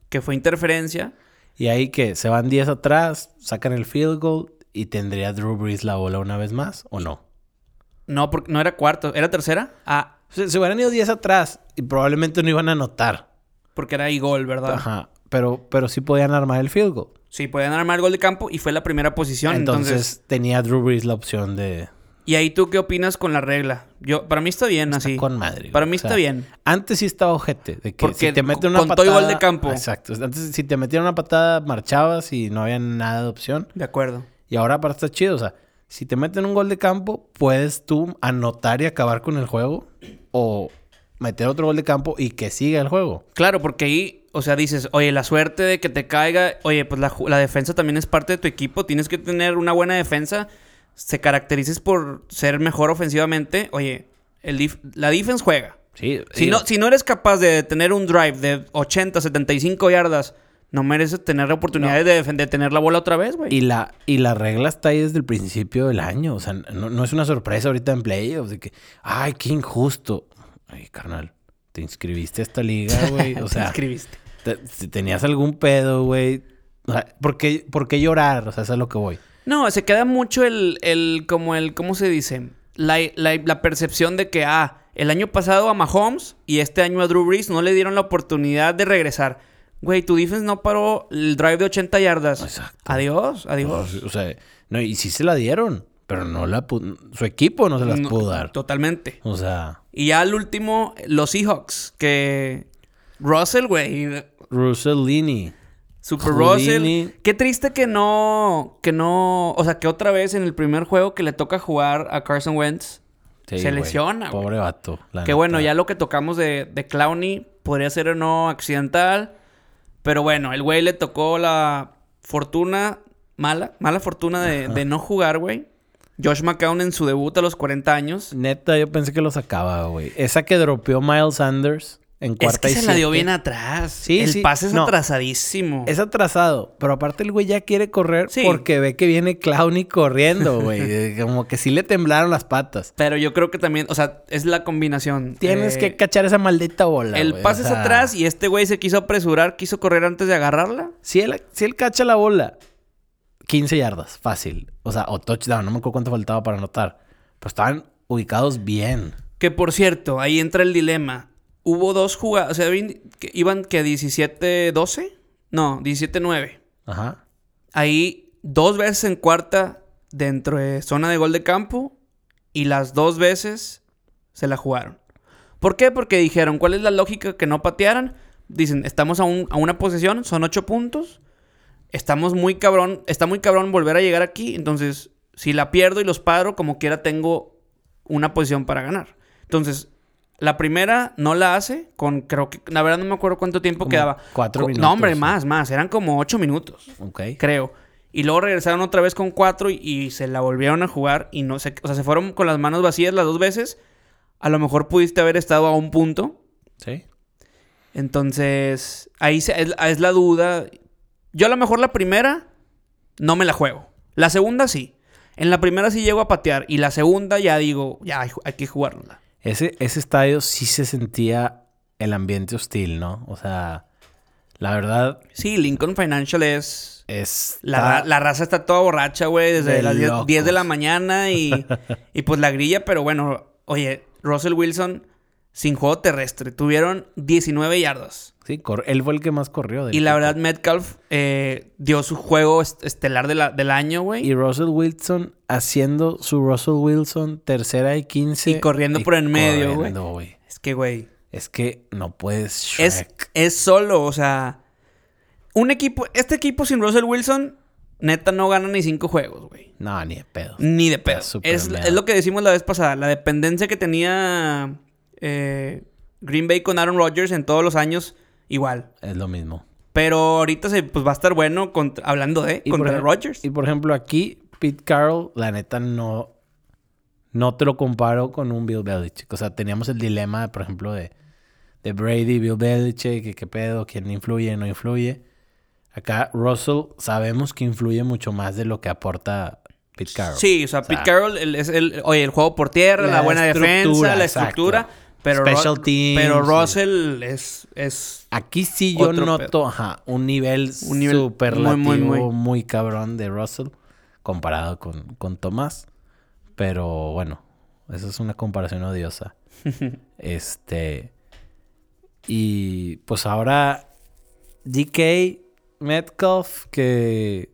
Speaker 1: que fue interferencia.
Speaker 2: Y ahí que se van 10 atrás, sacan el field goal y tendría Drew Brees la bola una vez más, ¿o no?
Speaker 1: No, porque no era cuarto. ¿Era tercera? Ah,
Speaker 2: Se, se hubieran ido 10 atrás y probablemente no iban a anotar.
Speaker 1: porque era gol, ¿verdad?
Speaker 2: Ajá. Pero, pero sí podían armar el field goal.
Speaker 1: Sí, podían armar gol de campo y fue la primera posición.
Speaker 2: Entonces,
Speaker 1: entonces
Speaker 2: tenía Drew Brees la opción de...
Speaker 1: ¿Y ahí tú qué opinas con la regla? Yo, para mí está bien así.
Speaker 2: Con madre. güey.
Speaker 1: Para mí
Speaker 2: O
Speaker 1: está
Speaker 2: sea,
Speaker 1: bien.
Speaker 2: Antes sí estaba ojete. De que
Speaker 1: Porque
Speaker 2: si te meten una
Speaker 1: con todo
Speaker 2: patada...
Speaker 1: y gol de campo.
Speaker 2: Exacto. Antes si te metían una patada marchabas y no había nada de opción.
Speaker 1: De acuerdo.
Speaker 2: Y ahora para está chido. O sea, si te meten un gol de campo, puedes tú anotar y acabar con el juego. O meter otro gol de campo y que siga el juego.
Speaker 1: Claro, porque ahí, o sea, dices, oye, la suerte de que te caiga, oye, pues la, ju- la defensa también es parte de tu equipo, tienes que tener una buena defensa, se caracterices por ser mejor ofensivamente, oye, el dif- la defense juega.
Speaker 2: Sí.
Speaker 1: Si no, si no eres capaz de tener un drive de 80, 75 yardas, no mereces tener la oportunidad de, defen- de tener la bola otra vez, güey.
Speaker 2: Y la, y la regla está ahí desde el principio del año. O sea, no, no es una sorpresa ahorita en playoffs de que, ay, qué injusto. Ay, carnal, te inscribiste a esta liga, güey. O
Speaker 1: Te
Speaker 2: sea,
Speaker 1: inscribiste.
Speaker 2: te- si tenías algún pedo, güey. O sea, ¿por qué, por qué llorar? O sea, eso es a lo que voy.
Speaker 1: No, se queda mucho el, el como el, ¿cómo se dice? La, la- la percepción de que, ah, el año pasado a Mahomes y este año a Drew Brees no le dieron la oportunidad de regresar. Güey, tu defense no paró el drive de 80 yardas.
Speaker 2: Exacto.
Speaker 1: Adiós, adiós.
Speaker 2: O sea, no, y sí se la dieron, pero no la pu- su equipo no se las
Speaker 1: No,
Speaker 2: pudo dar.
Speaker 1: Totalmente.
Speaker 2: O sea,
Speaker 1: Y ya al último, los Seahawks, que Russell, güey,
Speaker 2: Russellini.
Speaker 1: Super
Speaker 2: Houdini.
Speaker 1: Russell. Qué triste que no, que no, o sea, que otra vez en el primer juego que le toca jugar a Carson Wentz,
Speaker 2: Sí,
Speaker 1: Se
Speaker 2: güey.
Speaker 1: lesiona, güey.
Speaker 2: Pobre vato. la
Speaker 1: Que
Speaker 2: neta.
Speaker 1: bueno, ya lo que tocamos de, de Clowney podría ser o no accidental. Pero bueno, el güey le tocó la fortuna mala, mala fortuna de, de no jugar, güey. Josh McCown en su debut a los 40 años.
Speaker 2: Neta, yo pensé que lo sacaba, güey. Esa que dropeó Miles Sanders en
Speaker 1: Es
Speaker 2: cuarta
Speaker 1: que
Speaker 2: y
Speaker 1: se la dio
Speaker 2: siete.
Speaker 1: bien atrás.
Speaker 2: Sí,
Speaker 1: el
Speaker 2: sí.
Speaker 1: pase es
Speaker 2: No.
Speaker 1: atrasadísimo.
Speaker 2: Es atrasado, pero aparte el güey ya quiere correr
Speaker 1: Sí.
Speaker 2: porque ve que viene Clowny corriendo, güey. Eh, Como que sí le temblaron las patas.
Speaker 1: Pero yo creo que también, o sea, es la combinación.
Speaker 2: Tienes
Speaker 1: Eh,
Speaker 2: que cachar esa maldita bola.
Speaker 1: El
Speaker 2: güey. O
Speaker 1: pase es
Speaker 2: sea,
Speaker 1: atrás y este güey se quiso apresurar, quiso correr antes de agarrarla.
Speaker 2: Si él, si él cacha la bola, 15 yardas, fácil. O sea, o touchdown, no me acuerdo cuánto faltaba para anotar. Pero estaban ubicados bien.
Speaker 1: Que por cierto, ahí entra el dilema. Hubo dos jugadas, o sea, vin- que- iban que 17-12, no, 17-9.
Speaker 2: Ajá.
Speaker 1: Ahí dos veces en cuarta dentro de zona de gol de campo y las dos veces se la jugaron. ¿Por qué? Porque dijeron, ¿cuál es la lógica que no patearan? Dicen, estamos a, un- a una posesión, son ocho puntos, estamos muy cabrón, está muy cabrón volver a llegar aquí, entonces si la pierdo y los paro, como quiera tengo una posición para ganar. Entonces, la primera no la hace con, creo que, la verdad no me acuerdo cuánto tiempo
Speaker 2: Como
Speaker 1: quedaba.
Speaker 2: cuatro
Speaker 1: Co-
Speaker 2: minutos,
Speaker 1: No, hombre,
Speaker 2: sí.
Speaker 1: más, más, eran como ocho minutos
Speaker 2: Ok.
Speaker 1: creo. Y luego regresaron otra vez con cuatro y, y se la volvieron a jugar y no sé, o sea, se fueron con las manos vacías las dos veces. A lo mejor pudiste haber estado a un punto.
Speaker 2: Sí.
Speaker 1: Entonces, ahí se- es, es la duda. Yo a lo mejor la primera no me la juego. La segunda sí. En la primera sí llego a patear y la segunda ya digo, ya hay, hay que jugárnosla.
Speaker 2: Ese, ese estadio sí se sentía el ambiente hostil, ¿no? O sea, la verdad
Speaker 1: Sí, Lincoln Financial es...
Speaker 2: es...
Speaker 1: La, ra- la raza está toda borracha, güey, desde
Speaker 2: De
Speaker 1: las 10,
Speaker 2: locos.
Speaker 1: 10 de la mañana y, y pues la grilla, pero bueno, oye, Russell Wilson sin juego terrestre, tuvieron 19 yardas.
Speaker 2: Sí, cor- él fue el que más corrió. del
Speaker 1: Y la
Speaker 2: equipo.
Speaker 1: verdad, Metcalf eh, dio su juego est- estelar de la- del año, güey.
Speaker 2: Y
Speaker 1: Y,
Speaker 2: Russell Wilson haciendo su Russell Wilson tercera y 15.
Speaker 1: Y corriendo por en medio, güey.
Speaker 2: corriendo, güey.
Speaker 1: Es que, güey,
Speaker 2: Es que no puedes, Shrek.
Speaker 1: es, es solo, o sea, un equipo, este equipo sin Russell Wilson, neta, no gana ni 5 juegos, güey.
Speaker 2: No, ni de pedo.
Speaker 1: Ni de pedo.
Speaker 2: Está súper
Speaker 1: Es,
Speaker 2: meado.
Speaker 1: es lo que decimos la vez pasada. La dependencia que tenía eh, Green Bay con Aaron Rodgers en todos los años, igual.
Speaker 2: Es lo mismo.
Speaker 1: Pero ahorita se, pues, va a estar bueno contra- hablando de
Speaker 2: Y por
Speaker 1: contra
Speaker 2: ejem-
Speaker 1: Rodgers.
Speaker 2: Y por ejemplo, aquí, Pete Carroll, la neta, no. No te lo comparo con un Bill Belichick. O sea, teníamos el dilema, por ejemplo, de, de Brady, Bill Belichick, que qué pedo, quién influye, no influye. Acá, Russell, sabemos que influye mucho más de lo que aporta Pete Carroll.
Speaker 1: Sí, o sea,
Speaker 2: O sea,
Speaker 1: Pete Carroll el- es el, oye, el juego por tierra, la,
Speaker 2: La
Speaker 1: buena defensa,
Speaker 2: estructura,
Speaker 1: la
Speaker 2: exacto.
Speaker 1: estructura. Pero,
Speaker 2: Special
Speaker 1: Ru-
Speaker 2: teams,
Speaker 1: pero
Speaker 2: sí.
Speaker 1: Russell es, es
Speaker 2: Aquí sí yo
Speaker 1: Otro
Speaker 2: noto ajá, un nivel,
Speaker 1: Un nivel muy,
Speaker 2: superlativo,
Speaker 1: muy,
Speaker 2: muy,
Speaker 1: muy.
Speaker 2: cabrón de Russell comparado con, con Tomás. Pero bueno, esa es una comparación odiosa. este. Y pues ahora DK Metcalf, que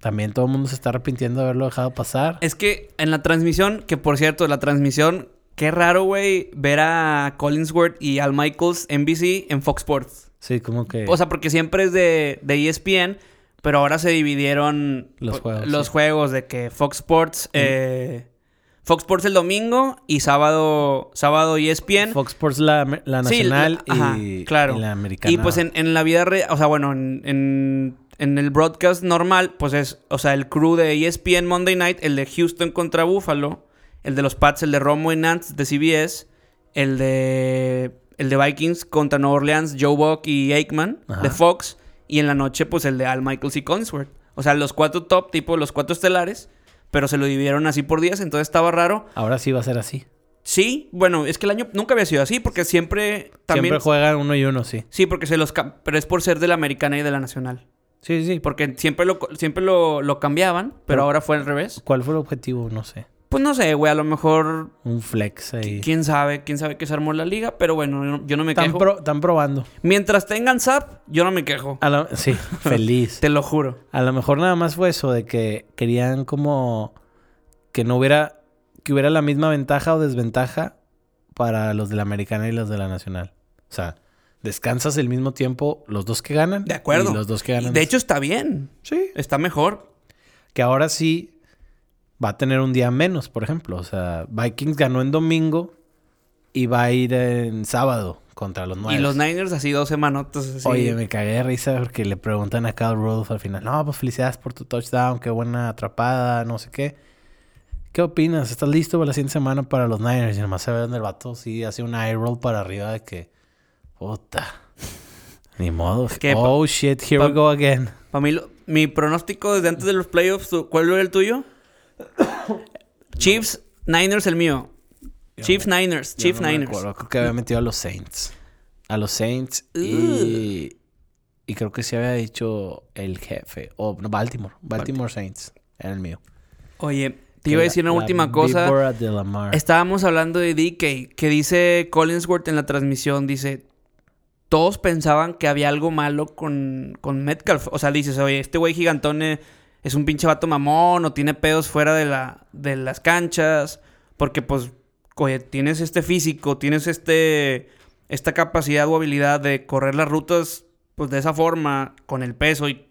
Speaker 2: también todo el mundo se está arrepintiendo de haberlo dejado pasar.
Speaker 1: Es que en la transmisión, que por cierto, la transmisión, qué raro, güey, ver a Collinsworth y Al Michaels en NBC en Fox Sports.
Speaker 2: Sí, como que.
Speaker 1: O sea, porque siempre es de, E de ESPN, pero ahora se dividieron
Speaker 2: Los
Speaker 1: po-
Speaker 2: juegos,
Speaker 1: los
Speaker 2: sí.
Speaker 1: juegos de que Fox Sports, eh, Fox Sports el domingo y sábado, sábado E ESPN.
Speaker 2: Fox Sports, la, la
Speaker 1: Sí,
Speaker 2: nacional
Speaker 1: la- ajá,
Speaker 2: y,
Speaker 1: claro.
Speaker 2: y la americana.
Speaker 1: Y pues en, en la vida real, o sea, bueno, en, en- en el broadcast normal, pues es, o sea, el crew de E ESPN Monday Night, el de Houston contra Buffalo, el de los Pats, el de Romo y Nance de CBS, el de, el de Vikings contra Nueva Orleans, Joe Buck y Aikman
Speaker 2: Ajá.
Speaker 1: de Fox, y en la noche, pues el de Al Michaels y Consworth. O sea, los cuatro top, tipo los cuatro estelares, pero se lo dividieron así por días, entonces estaba raro.
Speaker 2: Ahora sí va a ser así.
Speaker 1: Sí, bueno, es que el año nunca había sido así, porque siempre también...
Speaker 2: Siempre juegan uno y uno, sí.
Speaker 1: Sí, porque se los... cam- Pero es por ser de la americana y de la nacional.
Speaker 2: Sí, sí.
Speaker 1: Porque siempre lo, siempre lo, lo cambiaban, pero,
Speaker 2: Pero-
Speaker 1: ahora fue al revés.
Speaker 2: ¿Cuál fue el objetivo? No sé.
Speaker 1: Pues no sé, güey, a lo mejor...
Speaker 2: Un flex ahí.
Speaker 1: ¿Quién sabe? ¿Quién sabe que se armó la liga? Pero bueno, yo no, yo no me
Speaker 2: Están,
Speaker 1: quejo.
Speaker 2: pro- están probando.
Speaker 1: Mientras tengan SAP, yo no me quejo.
Speaker 2: A la- sí, feliz.
Speaker 1: Te lo juro.
Speaker 2: A lo mejor nada más fue eso de que querían como que no hubiera que hubiera la misma ventaja o desventaja para los de la americana y los de la nacional. O sea, descansas el mismo tiempo los dos que ganan
Speaker 1: De acuerdo.
Speaker 2: y los dos que ganan.
Speaker 1: De hecho, está bien.
Speaker 2: sí,
Speaker 1: Está mejor.
Speaker 2: que ahora sí va a tener un día menos, por ejemplo. O sea, Vikings ganó en domingo y va a ir en sábado contra los nueve.
Speaker 1: Y los Niners así dos semanotas. así.
Speaker 2: Oye, me cagué de risa porque le preguntan a Kyle Rudolph al final, no, pues felicidades por tu touchdown, qué buena atrapada, no sé qué. ¿Qué opinas? ¿Estás listo para la siguiente semana para los Niners? Y nomás se ve donde el vato sí hace un eye roll para arriba de que, puta, ni modo.
Speaker 1: que pa-
Speaker 2: Oh, shit, here we
Speaker 1: pa-
Speaker 2: go again.
Speaker 1: Para mí, lo- mi pronóstico desde antes de los playoffs, ¿tú- ¿cuál era el tuyo? Chiefs, Niners, el mío. Chiefs, Niners,
Speaker 2: Yo
Speaker 1: Chiefs,
Speaker 2: no me
Speaker 1: Niners.
Speaker 2: acuerdo, Creo que había metido a los Saints. A los Saints y... Y creo que sí había dicho el jefe. O no, Baltimore. Baltimore Saints. Era el mío.
Speaker 1: Oye, te iba a decir una
Speaker 2: La- la
Speaker 1: última cosa.
Speaker 2: víbora de Lamar.
Speaker 1: Estábamos hablando de DK, que dice Collinsworth en la transmisión, dice, todos pensaban que había algo malo con, con Metcalf. O sea, dices, oye, este güey gigantón eh, es un pinche vato mamón o tiene pedos fuera de, la, de las canchas, porque pues, oye, tienes este físico, tienes este, esta capacidad o habilidad de correr las rutas, pues de esa forma, con el peso y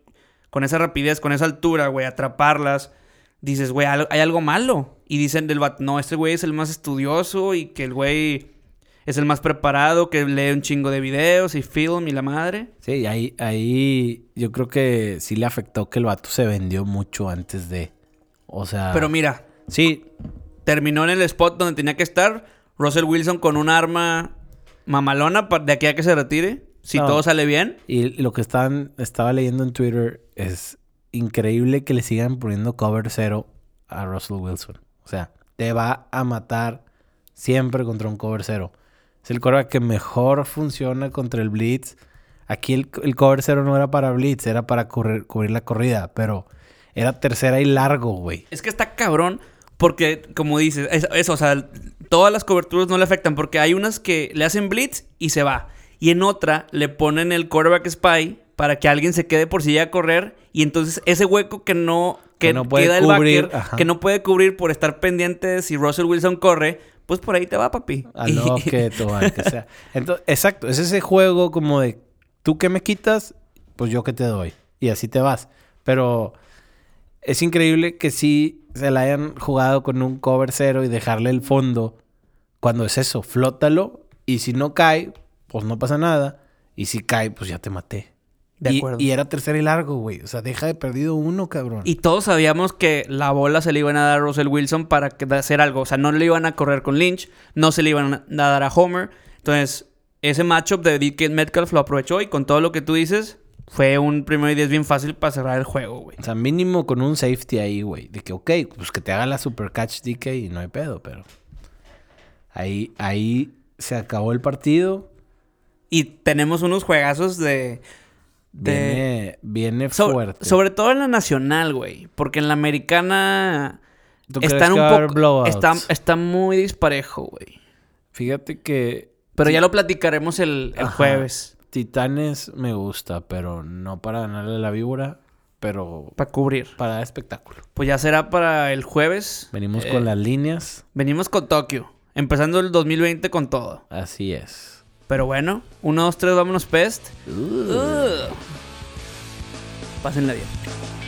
Speaker 1: con esa rapidez, con esa altura, güey, atraparlas. Dices, güey, al- hay algo malo. Y dicen del bat, no, este güey es el más estudioso y que el güey es el más preparado, que lee un chingo de videos y film y la madre.
Speaker 2: Sí, ahí, ahí yo creo que sí le afectó que el vato se vendió mucho antes de. O sea.
Speaker 1: Pero mira,
Speaker 2: sí,
Speaker 1: terminó en el spot donde tenía que estar Russell Wilson con un arma mamalona pa- de aquí a que se retire. Si
Speaker 2: No.
Speaker 1: todo sale bien.
Speaker 2: y lo que están, estaba leyendo en Twitter es increíble que le sigan poniendo cover cero a Russell Wilson. O sea, te va a matar siempre contra un cover cero. Es el coreback que mejor funciona contra el Blitz. Aquí el, el cover cero no era para Blitz, era para correr- cubrir la corrida, pero era tercera y largo, güey.
Speaker 1: Es que está cabrón porque, como dices, es- eso, o sea, todas las coberturas no le afectan porque hay unas que le hacen blitz y se va. Y en otra le ponen el quarterback spy para que alguien se quede por si llega a correr y entonces ese hueco que no, que,
Speaker 2: Que no puede
Speaker 1: queda el
Speaker 2: cubrir,
Speaker 1: backer,
Speaker 2: ajá.
Speaker 1: que no puede cubrir por estar pendiente de si Russell Wilson corre, pues por ahí te va, papi.
Speaker 2: A
Speaker 1: Y-
Speaker 2: lo que tú, al que sea. Entonces, exacto, es ese juego como de tú que me quitas, pues yo que te doy. Y así te vas. Pero es increíble que sí se la hayan jugado con un cover cero y dejarle el fondo cuando es eso, flótalo. Y si no cae, pues no pasa nada. Y si cae, pues ya te maté.
Speaker 1: De
Speaker 2: Y-
Speaker 1: acuerdo.
Speaker 2: Y, era tercero y largo, güey. O sea, deja de perdido uno, cabrón.
Speaker 1: Y todos sabíamos que la bola se le iban a dar a Russell Wilson para que- hacer algo. O sea, no le iban a correr con Lynch, no se le iban a dar a Homer. Entonces, ese matchup de DK Metcalf lo aprovechó y con todo lo que tú dices, Fue un primero y diez bien fácil para cerrar el juego, güey.
Speaker 2: O sea, mínimo con un safety ahí, güey. De que, ok, pues que te haga la super catch DK y no hay pedo, pero. Ahí, ahí se acabó el partido.
Speaker 1: Y tenemos unos juegazos de...
Speaker 2: Viene, viene
Speaker 1: so-
Speaker 2: fuerte.
Speaker 1: sobre todo en la nacional, güey. Porque en la americana...
Speaker 2: ¿Tú crees
Speaker 1: Están
Speaker 2: que va a haber
Speaker 1: un poco...
Speaker 2: blowouts?
Speaker 1: Está, está muy disparejo, güey.
Speaker 2: Fíjate que
Speaker 1: Pero ya lo platicaremos el, el
Speaker 2: Ajá.
Speaker 1: jueves.
Speaker 2: Titanes me gusta, pero no para ganarle a la víbora, pero
Speaker 1: Para cubrir.
Speaker 2: para dar espectáculo.
Speaker 1: Pues ya será para el jueves.
Speaker 2: Venimos
Speaker 1: Eh,
Speaker 2: con las líneas.
Speaker 1: Venimos con Tokio. Empezando el 2020 con todo.
Speaker 2: Así es.
Speaker 1: Pero bueno,
Speaker 2: Uh.
Speaker 1: 1, 2, 3, vámonos, Pest. Pásenla bien.
Speaker 2: Bye.